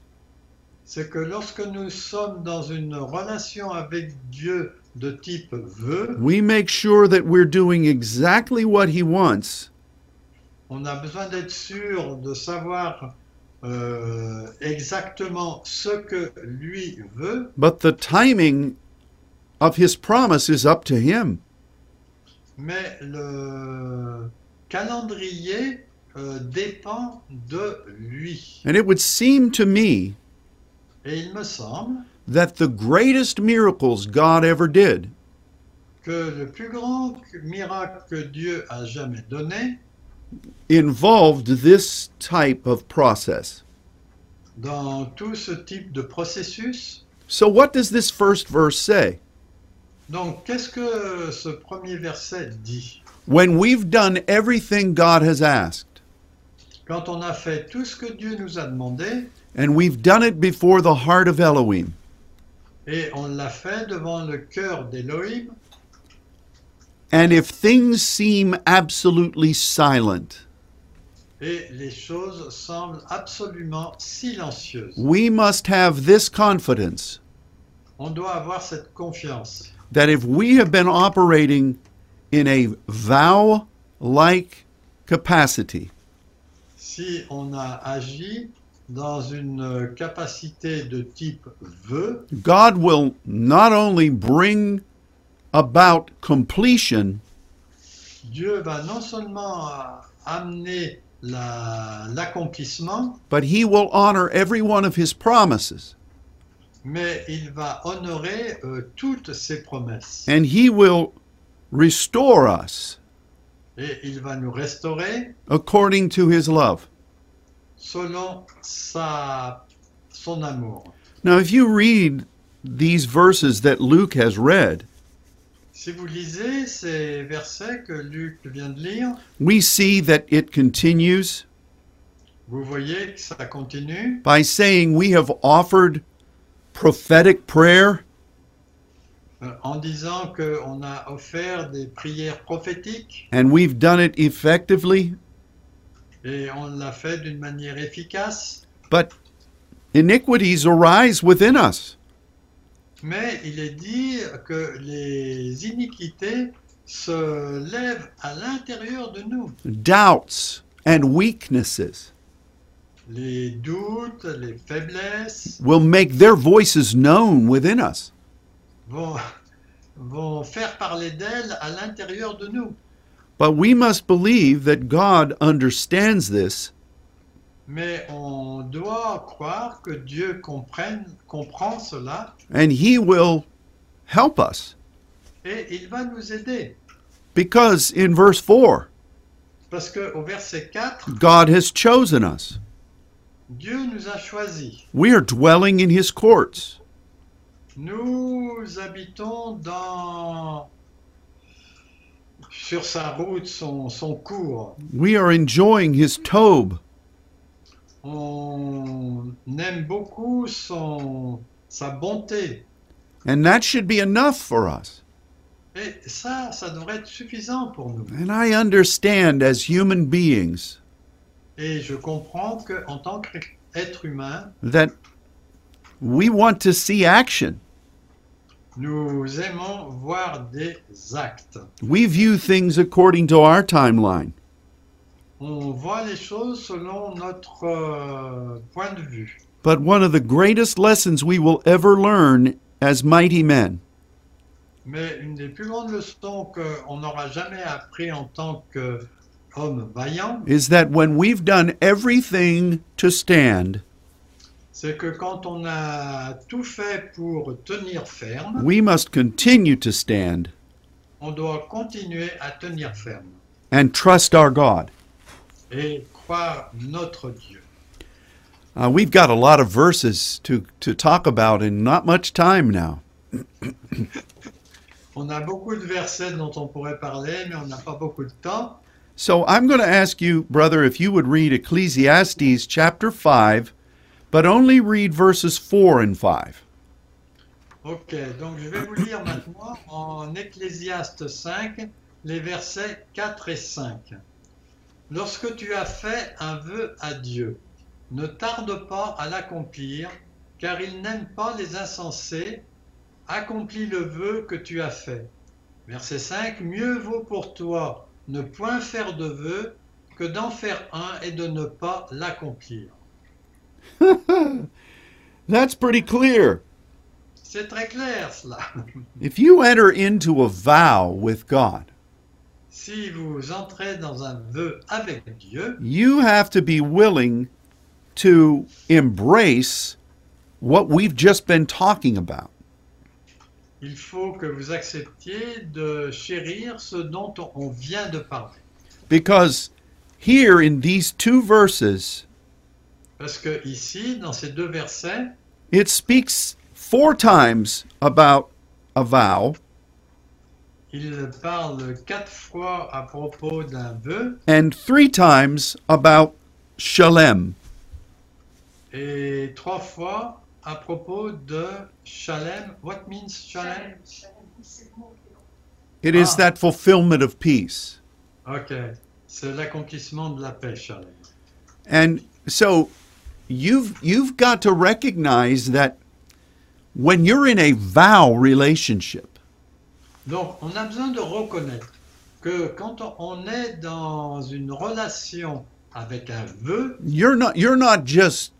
B: c'est que lorsque nous sommes dans une relation avec Dieu de type vœu,
A: we make sure that we're doing exactly what He wants
B: on a besoin d'être sûr de savoir euh, exactement ce que lui veut,
A: But the timing of his promise is up to him.
B: mais le calendrier euh, dépend de lui.
A: And it would seem to me
B: Et il me semble
A: that the greatest miracles God ever did
B: que le plus grand miracle que Dieu a jamais donné
A: involved this type of process.
B: dans tout ce type de processus,
A: So, what does this first verse say?
B: donc qu'est-ce que ce premier verset dit
A: When we've done everything God has asked,
B: Quand on a fait tout ce que Dieu nous a demandé,
A: and we've done it before the heart of Elohim,
B: et on l'a fait devant le cœur d'Élohim,
A: and if things seem absolutely silent,
B: et les choses semblent absolument silencieuses.
A: we must have this confidence
B: On doit avoir cette confiance
A: that if we have been operating in a vow like capacity,
B: si on a agi dans une capacité de type vœu,
A: God will not only bring about completion,
B: Dieu va non seulement euh, amener la- l'accomplissement,
A: but He will honor every one of His promises.
B: mais il va honorer euh, toutes ses promesses.
A: And He will restore us
B: Et il va nous restaurer
A: according to His love.
B: selon sa, son amour.
A: Now, if you read these verses that Luke has read,
B: Si vous lisez ces versets que Luc vient de lire,
A: we see that it continues
B: vous voyez que ça continue
A: by saying, We have offered prophetic prayer,
B: euh, en disant qu'on a offert des prières prophétiques
A: and we've done it effectively,
B: et on l'a fait d'une manière efficace,
A: but iniquities arise within us.
B: mais il est dit que les iniquités se lèvent à l'intérieur de nous.
A: doubts and weaknesses
B: Les doutes, les faiblesses
A: will make their voices known within us.
B: vont, vont faire parler d'elles à l'intérieur de nous.
A: But we must believe that God understands this
B: Mais on doit croire que Dieu comprenne, comprend cela
A: and He will help us.
B: et il va nous aider.
A: Because in verse 4,
B: Parce que au verset 4,
A: God has chosen us.
B: Dieu nous a choisis.
A: We are dwelling in His courts.
B: Nous habitons dans sur sa route, son, son cours.
A: We are enjoying His Tob.
B: On aime beaucoup son, sa bonté.
A: And that should be enough for us.
B: Et ça, ça devrait être suffisant pour nous.
A: And I understand as human beings
B: Et je comprends qu'en tant qu'être humain,
A: that we want to see action.
B: Nous aimons voir des actes.
A: We view things according to our timeline.
B: On voit les choses selon notre euh, point de vue.
A: But one of the greatest lessons we will ever learn as mighty men
B: Mais une des plus grandes leçons qu'on n'aura jamais appris en tant qu'homme vaillant,
A: is that when we've done everything to stand,
B: c'est que quand on a tout fait pour tenir ferme,
A: we must continue to stand
B: on doit continuer à tenir ferme
A: and trust our God.
B: et croire notre Dieu.
A: Uh, we've got a lot of verses to, to talk about and not much time now.
B: On a beaucoup de versets dont on pourrait parler, mais on n'a pas beaucoup de temps.
A: So I'm going to ask you, brother, if you would read Ecclesiastes chapter 5, but only read verses 4 and 5.
B: Ok, donc je vais vous lire maintenant en Ecclésiaste 5, les versets 4 et 5. Lorsque tu as fait un vœu à Dieu, ne tarde pas à l'accomplir, car il n'aime pas les insensés. Accomplis le vœu que tu as fait. Verset 5, mieux vaut pour toi ne point faire de vœu que d'en faire un et de ne pas l'accomplir.
A: That's pretty clear.
B: C'est très clair cela.
A: If you enter into a vow with God,
B: Si vous entrez dans un vœu avec Dieu,
A: you have to be willing to embrace what we've just been talking about.
B: il faut que vous acceptiez de chérir ce dont on vient de parler.
A: Because here in these two verses,
B: Parce que ici, dans ces deux versets,
A: it speaks four times about a vow
B: il parle quatre fois à propos d'un vœu
A: and three times about shalem.
B: et trois fois à propos de Shalem. What means Shalem?
A: It is
B: Ah.
A: that fulfillment of peace.
B: Ok, c'est l'accomplissement de la paix, Shalem.
A: And so you've you've got to recognize that when you're in a vow relationship,
B: Donc, on a besoin de reconnaître que quand on- on est dans une relation avec un vœu,
A: you're not you're not just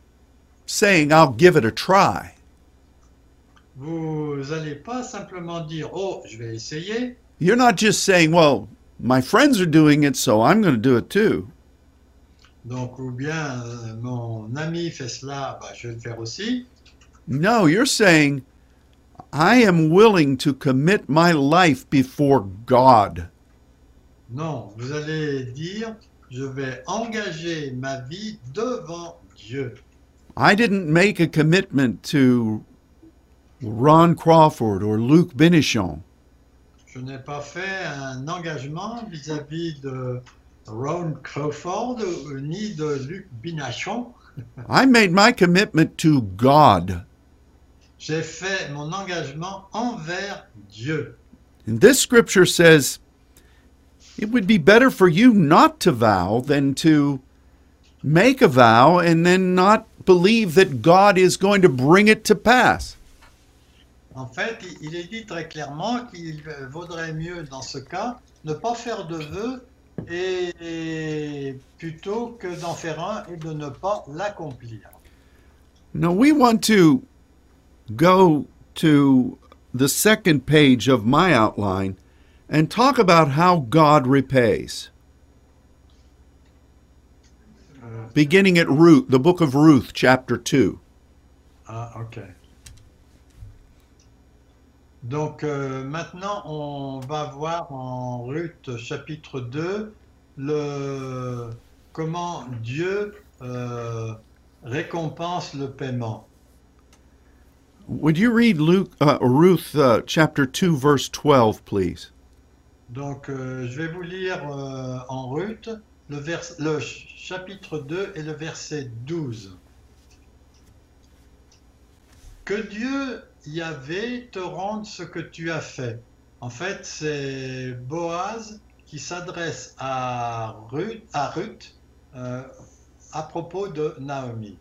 A: saying I'll give it a try.
B: vous n'allez pas simplement dire Oh, je vais essayer.
A: You're not just saying, well, my friends are doing it, so I'm going to do it too.
B: Donc, ou bien euh, mon ami fait cela, bah, je vais le faire aussi.
A: No, you're saying I am willing to commit my life before God.
B: Non, vous allez dire Je vais engager ma vie devant Dieu.
A: I didn't make a commitment to Ron Crawford or Luke Benichon.
B: Je n'ai pas fait un engagement vis-à-vis de Ron Crawford euh, ni de Luc Binachon.
A: I made my commitment to God.
B: J'ai fait mon engagement envers Dieu.
A: And this scripture says it would be better for you not to vow than to make a vow and then not believe that God is going to bring it to pass.
B: En fait, il- il est dit très clairement qu'il euh, vaudrait mieux, dans ce cas, ne pas faire de vœu et, et plutôt que d'en faire un et de ne pas l'accomplir.
A: Now we want to go to the second page of my outline and talk about how God repays.
B: Euh,
A: Beginning at Ruth, the book of Ruth, chapter 2.
B: ah, ok. Donc euh, maintenant, on va voir en Ruth chapitre 2 le, comment Dieu euh, récompense le paiement.
A: Would you read Luke, uh, Ruth uh, chapter 2, verse 12, please?
B: Donc, euh, je vais vous lire euh, en Ruth le, vers, le ch- chapitre 2 et le verset 12. Que Dieu Yahvé te rende ce que tu as fait. En fait, c'est Boaz qui s'adresse à Ruth, à, Ruth euh, à propos de Naomi.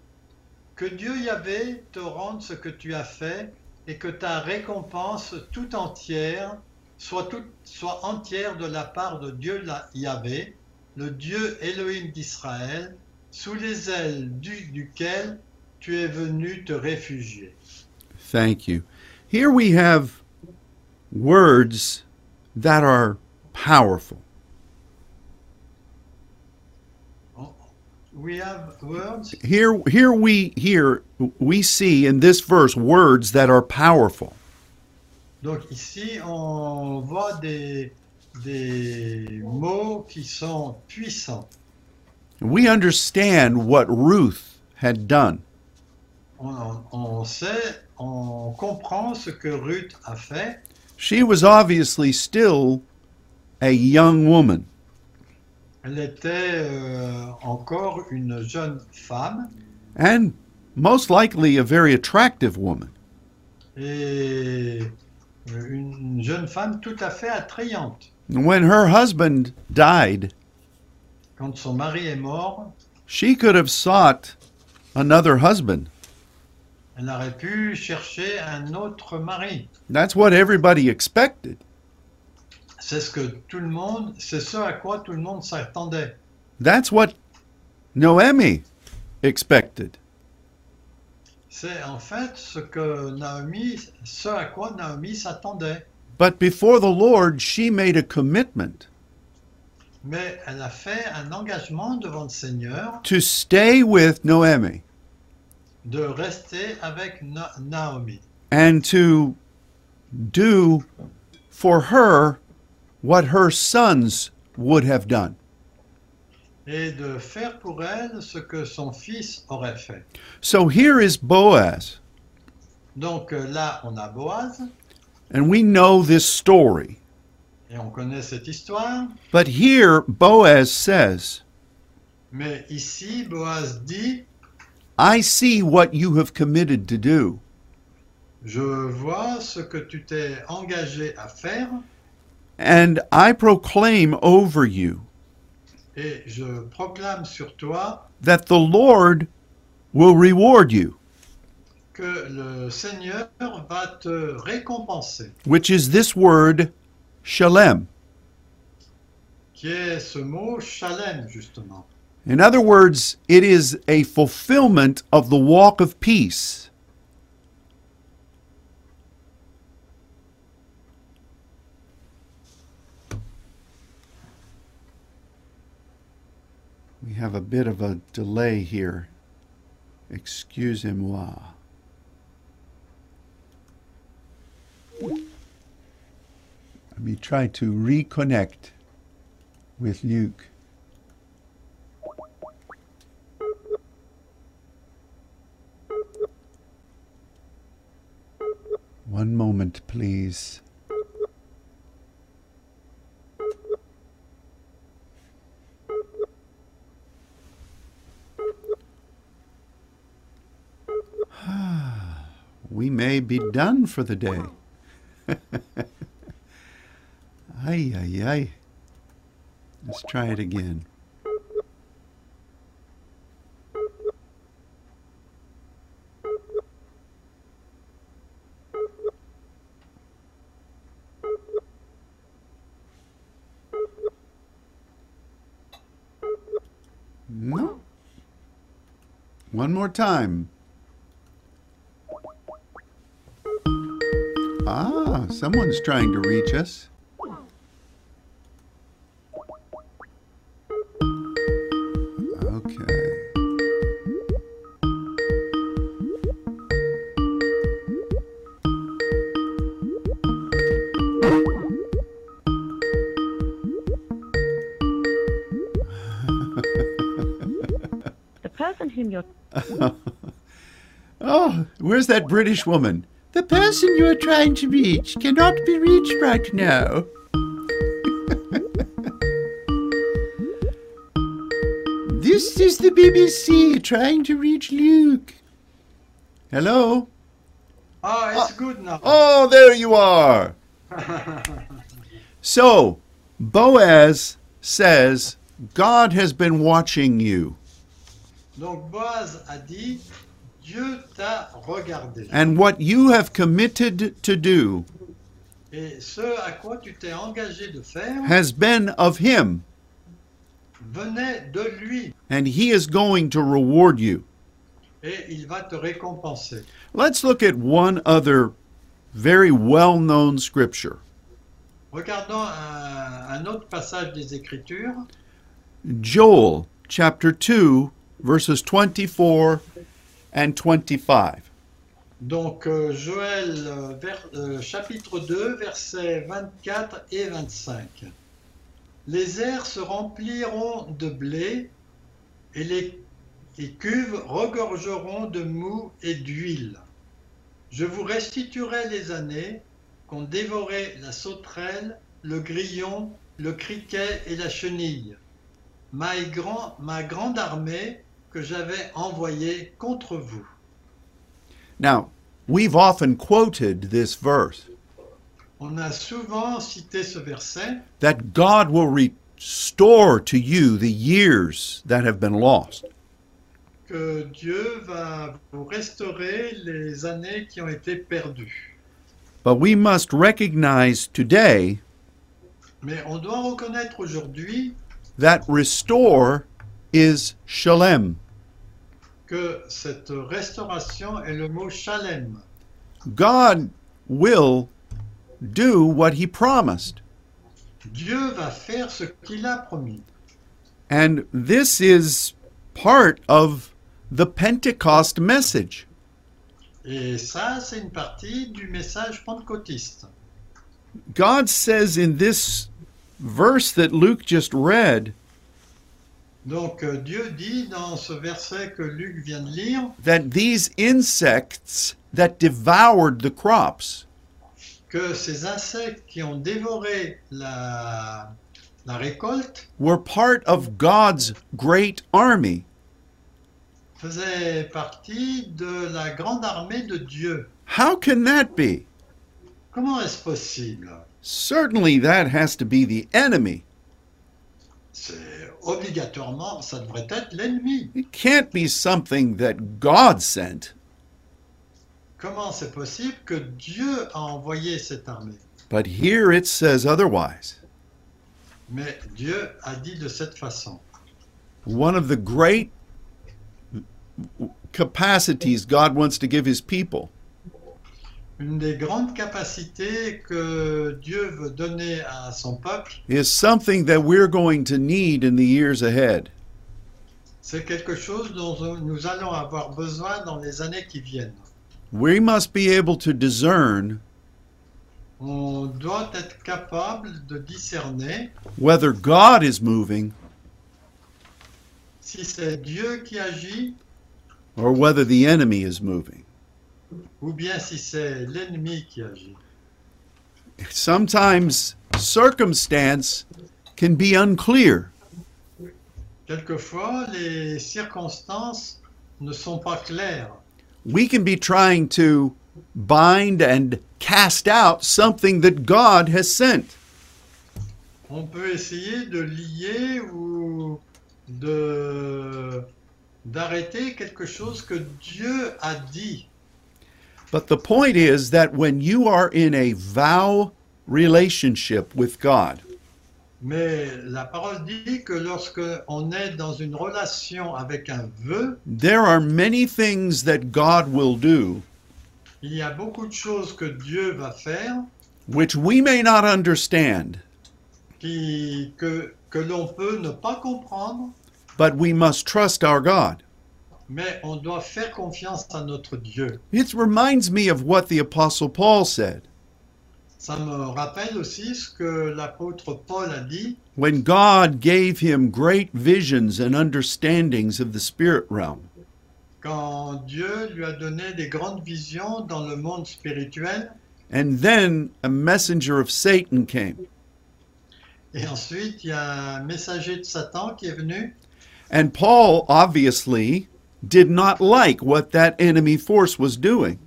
B: Que Dieu Yahvé te rende ce que tu as fait et que ta récompense tout entière soit, toute- soit entière de la part de Dieu la- Yahvé, le Dieu Elohim d'Israël, sous les ailes du- duquel tu es venu te réfugier.
A: Thank you. Here we have words that are powerful.
B: We have words.
A: Here, here we here we see in this verse words that are powerful.
B: Donc ici, on voit des, des mots qui sont puissants.
A: We understand what Ruth had done.
B: On, on sait, on comprend ce que Ruth a fait.
A: She was obviously still a young woman,
B: Elle était euh, encore une jeune femme.
A: and most likely a very attractive woman.
B: et euh, une jeune femme tout à fait attrayante.
A: When her husband died,
B: Quand son mari est mort,
A: she could have sought another husband.
B: elle aurait pu chercher un autre mari.
A: That's what everybody expected.
B: C'est ce que tout le monde, c'est ce à quoi tout le monde s'attendait.
A: That's what Noemi expected.
B: C'est en fait ce que Naomi, ce à quoi Naomi s'attendait.
A: But before the Lord, she made a commitment
B: Mais elle a fait un engagement devant le Seigneur
A: to stay with Noemi
B: de rester avec Na- Naomi
A: and to do for her what her sons would have done.
B: et de faire pour elle ce que son fils aurait fait.
A: So here is Boaz,
B: Donc euh, là, on a Boaz
A: and we know this story.
B: et on connaît cette histoire.
A: But here Boaz says,
B: Mais ici, Boaz dit,
A: I see what you have committed to do,
B: je vois ce que tu t'es engagé à faire
A: and I proclaim over you
B: et je proclame sur toi
A: that the Lord will reward you,
B: que le Seigneur va te récompenser,
A: which is this word, shalem.
B: qui est ce mot chalem, justement.
A: In other words, it is a fulfillment of the walk of peace. We have a bit of a delay here. Excusez-moi. Let me try to reconnect with Luke. One moment, please. Ah, we may be done for the day. ay, ay, ay. Let's try it again. No. One more time. Ah, someone's trying to reach us. Okay.
C: The person whom you're
A: Oh, where's that British woman? The person you are trying to reach cannot be reached right now. this is the BBC trying to reach Luke. Hello?
B: Ah, it's good now.
A: Oh, there you are. so, Boaz says, God has been watching you,
B: Donc Boaz a dit, Dieu t'a regardé.
A: and what you have committed to do
B: Et ce à quoi tu t'es engagé de faire
A: has been of him,
B: venait de lui
A: and he is going to reward you.
B: et il va te récompenser.
A: Let's look at one other very well known scripture
B: Regardons un, un autre passage des Écritures,
A: Joel chapter 2, verses 24 and 25.
B: donc euh, Joël euh, vers- euh, chapitre 2 versets 24 et 25. Les airs se rempliront de blé et les, les cuves regorgeront de mou et d'huile. Je vous restituerai les années qu'ont dévoré la sauterelle, le grillon, le criquet et la chenille. Ma, grand- ma grande armée que j'avais envoyée contre vous.
A: Now, we've often quoted this verse
B: On a souvent cité ce verset,
A: that God will restore to you the years that have been lost.
B: que Dieu va vous restaurer les années qui ont été perdues.
A: But we must recognize today
B: Mais on doit reconnaître aujourd'hui
A: that restore is shalem.
B: que cette restauration est le mot shalem.
A: God will do what he promised.
B: Dieu va faire ce qu'il a promis.
A: And this is part of the Pentecost message.
B: Et ça, c'est une partie du message pentecôtiste.
A: God says in this verse that Luke just read
B: Donc euh, Dieu dit dans ce verset que Luc vient de lire
A: that these insects that devoured the crops
B: que ces insectes qui ont dévoré la, la récolte
A: were part of God's great army.
B: faisaient partie de la grande armée de Dieu.
A: How can that be?
B: Comment est-ce possible
A: Certainly that has to be the enemy.
B: C'est obligatoirement, ça devrait être l'ennemi.
A: It can't be something that God sent.
B: Comment c'est possible que Dieu a envoyé cette armée
A: But here it says otherwise.
B: Mais Dieu a dit de cette façon.
A: One of the great capacities God wants to give his people
B: Une des grandes capacités que Dieu veut donner à son peuple,
A: is something that we're going to need in the years ahead.
B: c'est quelque chose dont nous allons avoir besoin dans les années qui viennent.
A: We must be able to discern
B: On doit être capable de discerner
A: whether God is moving
B: si c'est Dieu qui agit
A: or whether the enemy is moving.
B: ou bien si c'est l'ennemi qui agit.
A: Sometimes circumstance can be unclear.
B: Quelquefois, les circonstances ne sont pas claires.
A: We can be trying to bind and cast out something that God has sent.
B: On peut essayer de lier ou de d'arrêter quelque chose que Dieu a dit.
A: But the point is that when you are in a vow relationship with God,
B: Mais la parole dit que lorsque on est dans une relation avec un vœu,
A: there are many things that God will do
B: il y a beaucoup de choses que Dieu va faire
A: which we may not understand,
B: qui, que, que l'on peut ne pas comprendre,
A: but we must trust our God.
B: mais on doit faire confiance à notre Dieu.
A: It reminds me of what the Apostle Paul said
B: Ça me rappelle aussi ce que l'apôtre Paul a dit
A: when God gave him great visions and understandings of the spirit realm.
B: quand Dieu lui a donné des grandes visions dans le monde spirituel
A: And then a messenger of Satan came
B: et ensuite il y a un messager de Satan qui est venu
A: And Paul obviously did not like what that enemy force was doing.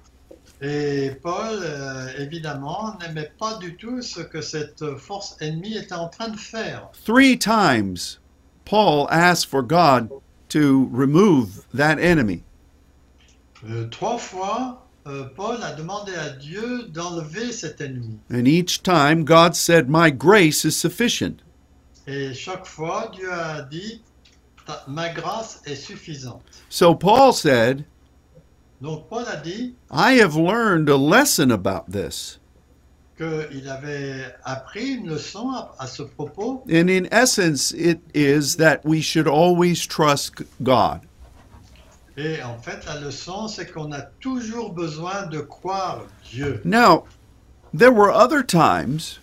B: et Paul euh, évidemment n'aimait pas du tout ce que cette force ennemie était en train de faire.
A: Three times Paul asked for God to remove that enemy.
B: Euh, trois fois euh, Paul a demandé à Dieu d'enlever cet ennemi
A: And each time God said, My grace is sufficient.
B: et chaque fois Dieu a dit Ta- ma grâce est suffisante.
A: So Paul said,
B: Donc Paul a dit
A: I have learned a lesson about this.
B: qu'il avait appris une leçon à- à ce propos
A: And in essence, it is that we should always trust God.
B: Et en fait, la leçon, c'est qu'on a toujours besoin de croire Dieu.
A: Now, there were other times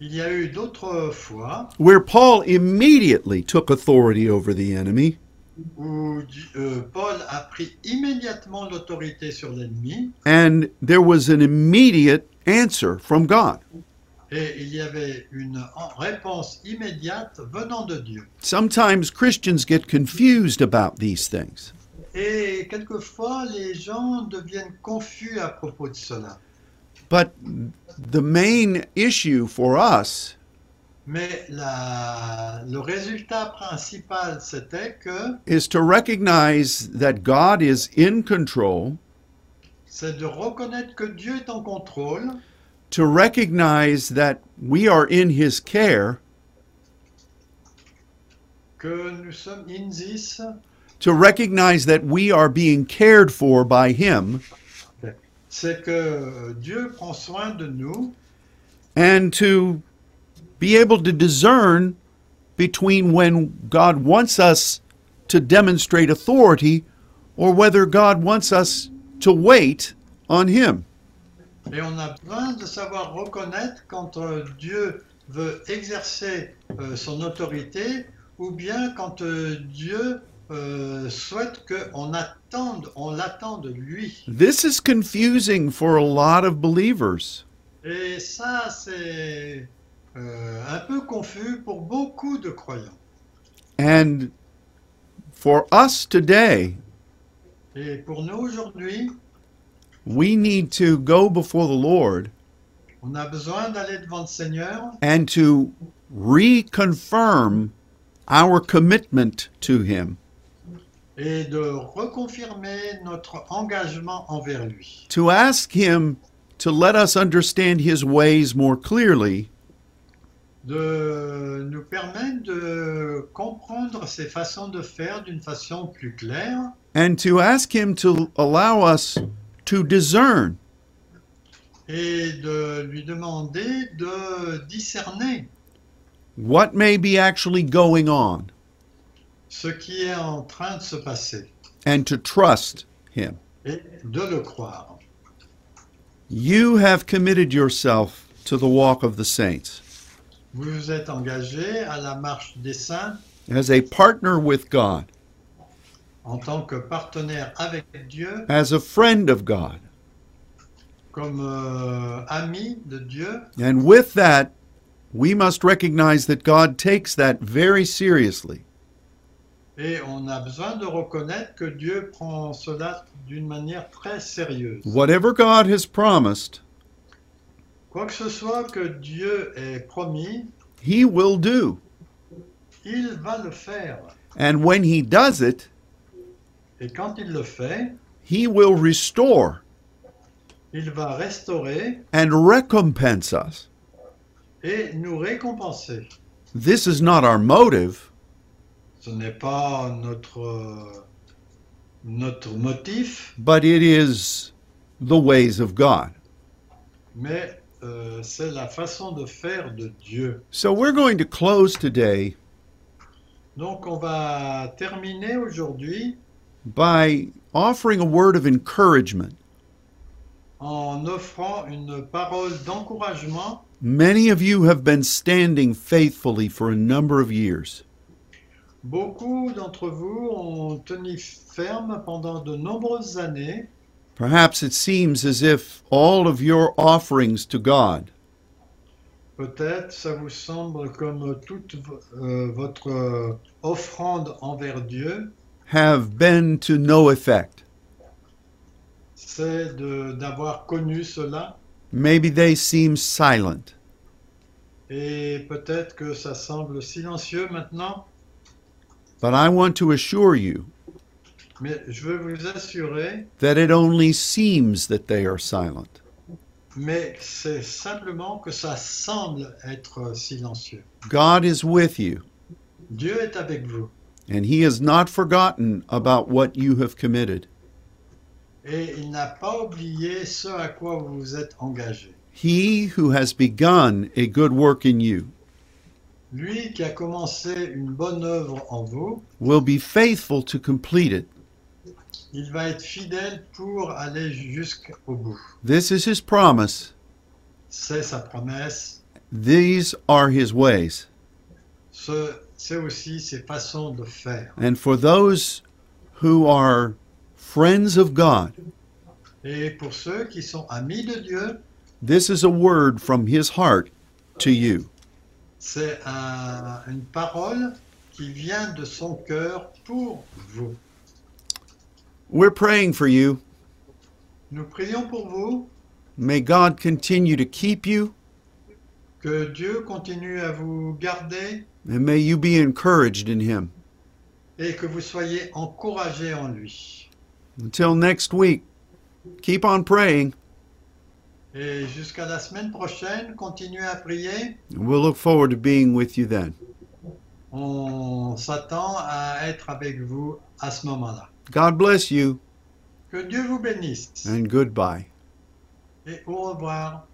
B: Il y a eu d'autres fois
A: where Paul immediately took authority over the enemy.
B: où Di- euh, Paul a pris immédiatement l'autorité sur l'ennemi
A: and there was an immediate answer from God.
B: et il y avait une en- réponse immédiate venant de Dieu.
A: Sometimes Christians get confused about these things.
B: Et quelquefois, les gens deviennent confus à propos de cela.
A: But the main issue for us
B: Mais la- le résultat principal, c'était que
A: is to recognize that God is in control,
B: c'est de reconnaître que Dieu est en contrôle
A: to recognize that we are in his care,
B: que nous sommes in this,
A: to recognize that we are being cared for by Him
B: c'est que Dieu prend soin de nous
A: and to be able to discern between when God wants us to demonstrate authority or whether God wants us to wait on Him.
B: et on a besoin de savoir reconnaître quand euh, Dieu veut exercer euh, son autorité ou bien quand euh, Dieu euh, souhaite qu'on attende, on l'attend de lui.
A: This is confusing for a lot of believers.
B: Et ça, c'est euh, un peu confus pour beaucoup de croyants.
A: And for us today,
B: Et pour nous aujourd'hui,
A: we need to go before the Lord
B: on a besoin d'aller devant le Seigneur
A: and to reconfirm our commitment to Him,
B: et de reconfirmer notre engagement envers lui.
A: to ask Him to let us understand His ways more clearly,
B: de nous permettre de comprendre ses façons de faire d'une façon plus claire
A: and to ask Him to allow us to discern
B: et de lui demander de discerner
A: what may be actually going on
B: ce qui est en train de se passer
A: and to trust Him.
B: et de le croire.
A: You have committed yourself to the walk of the saints
B: Vous vous êtes engagé à la marche des saints
A: as a partner with God,
B: en tant que partenaire avec Dieu,
A: as a friend of God.
B: comme euh, ami de Dieu,
A: And with that, we must recognize that God takes that very seriously.
B: et on a besoin de reconnaître que Dieu prend cela d'une manière très sérieuse.
A: Whatever God has promised,
B: Quoi que ce soit que Dieu ait promis,
A: He will do.
B: il va le faire.
A: And when He does it,
B: Et quand il le fait,
A: He will restore
B: il va restaurer
A: and recompense us.
B: et nous récompenser.
A: This is not our motive,
B: Ce n'est pas notre, euh, notre motif,
A: but it is the ways of God.
B: mais euh, c'est la façon de faire de Dieu.
A: So we're going to close today
B: Donc on va terminer aujourd'hui
A: by offering a word of encouragement.
B: en offrant une parole d'encouragement.
A: Many of you have been standing faithfully for a number of years.
B: Beaucoup d'entre vous ont tenu ferme pendant de nombreuses années.
A: Perhaps it seems as if all of your offerings to God
B: Peut-être ça vous semble comme toute v- euh, votre euh, offrande envers Dieu,
A: have been to no effect.
B: c'est de- d'avoir connu cela
A: Maybe they seem silent.
B: et peut-être que ça semble silencieux maintenant,
A: But I want to assure you
B: mais je veux vous assurer,
A: that it only seems that they are silent.
B: mais c'est simplement que ça semble être silencieux.
A: God is with you,
B: Dieu est avec vous
A: and He has not forgotten about what you have committed.
B: et il n'a pas oublié ce à quoi vous vous êtes engagé.
A: He who has begun a good work in you
B: Lui qui a commencé une bonne œuvre en vous,
A: will be faithful to complete it.
B: il va être fidèle pour aller jusqu'au bout.
A: This is His promise,
B: C'est sa promesse,
A: these are His ways.
B: ce- c'est aussi ses façons de faire.
A: And for those who are friends of God,
B: Et pour ceux qui sont amis de Dieu,
A: this is a word from his heart to you.
B: c'est un- une parole qui vient de son cœur pour vous.
A: We're praying for you.
B: Nous prions pour vous,
A: May God continue to keep you,
B: que Dieu continue à vous garder
A: and may you be encouraged in him.
B: et que vous soyez encouragés en lui.
A: Until next week, keep on praying.
B: Et jusqu'à la semaine prochaine, continuez à prier.
A: and We'll look forward to being with you then.
B: On on s'attend à être avec vous à ce moment-là.
A: God bless you
B: Que Dieu vous bénisse
A: and goodbye.
B: et au revoir.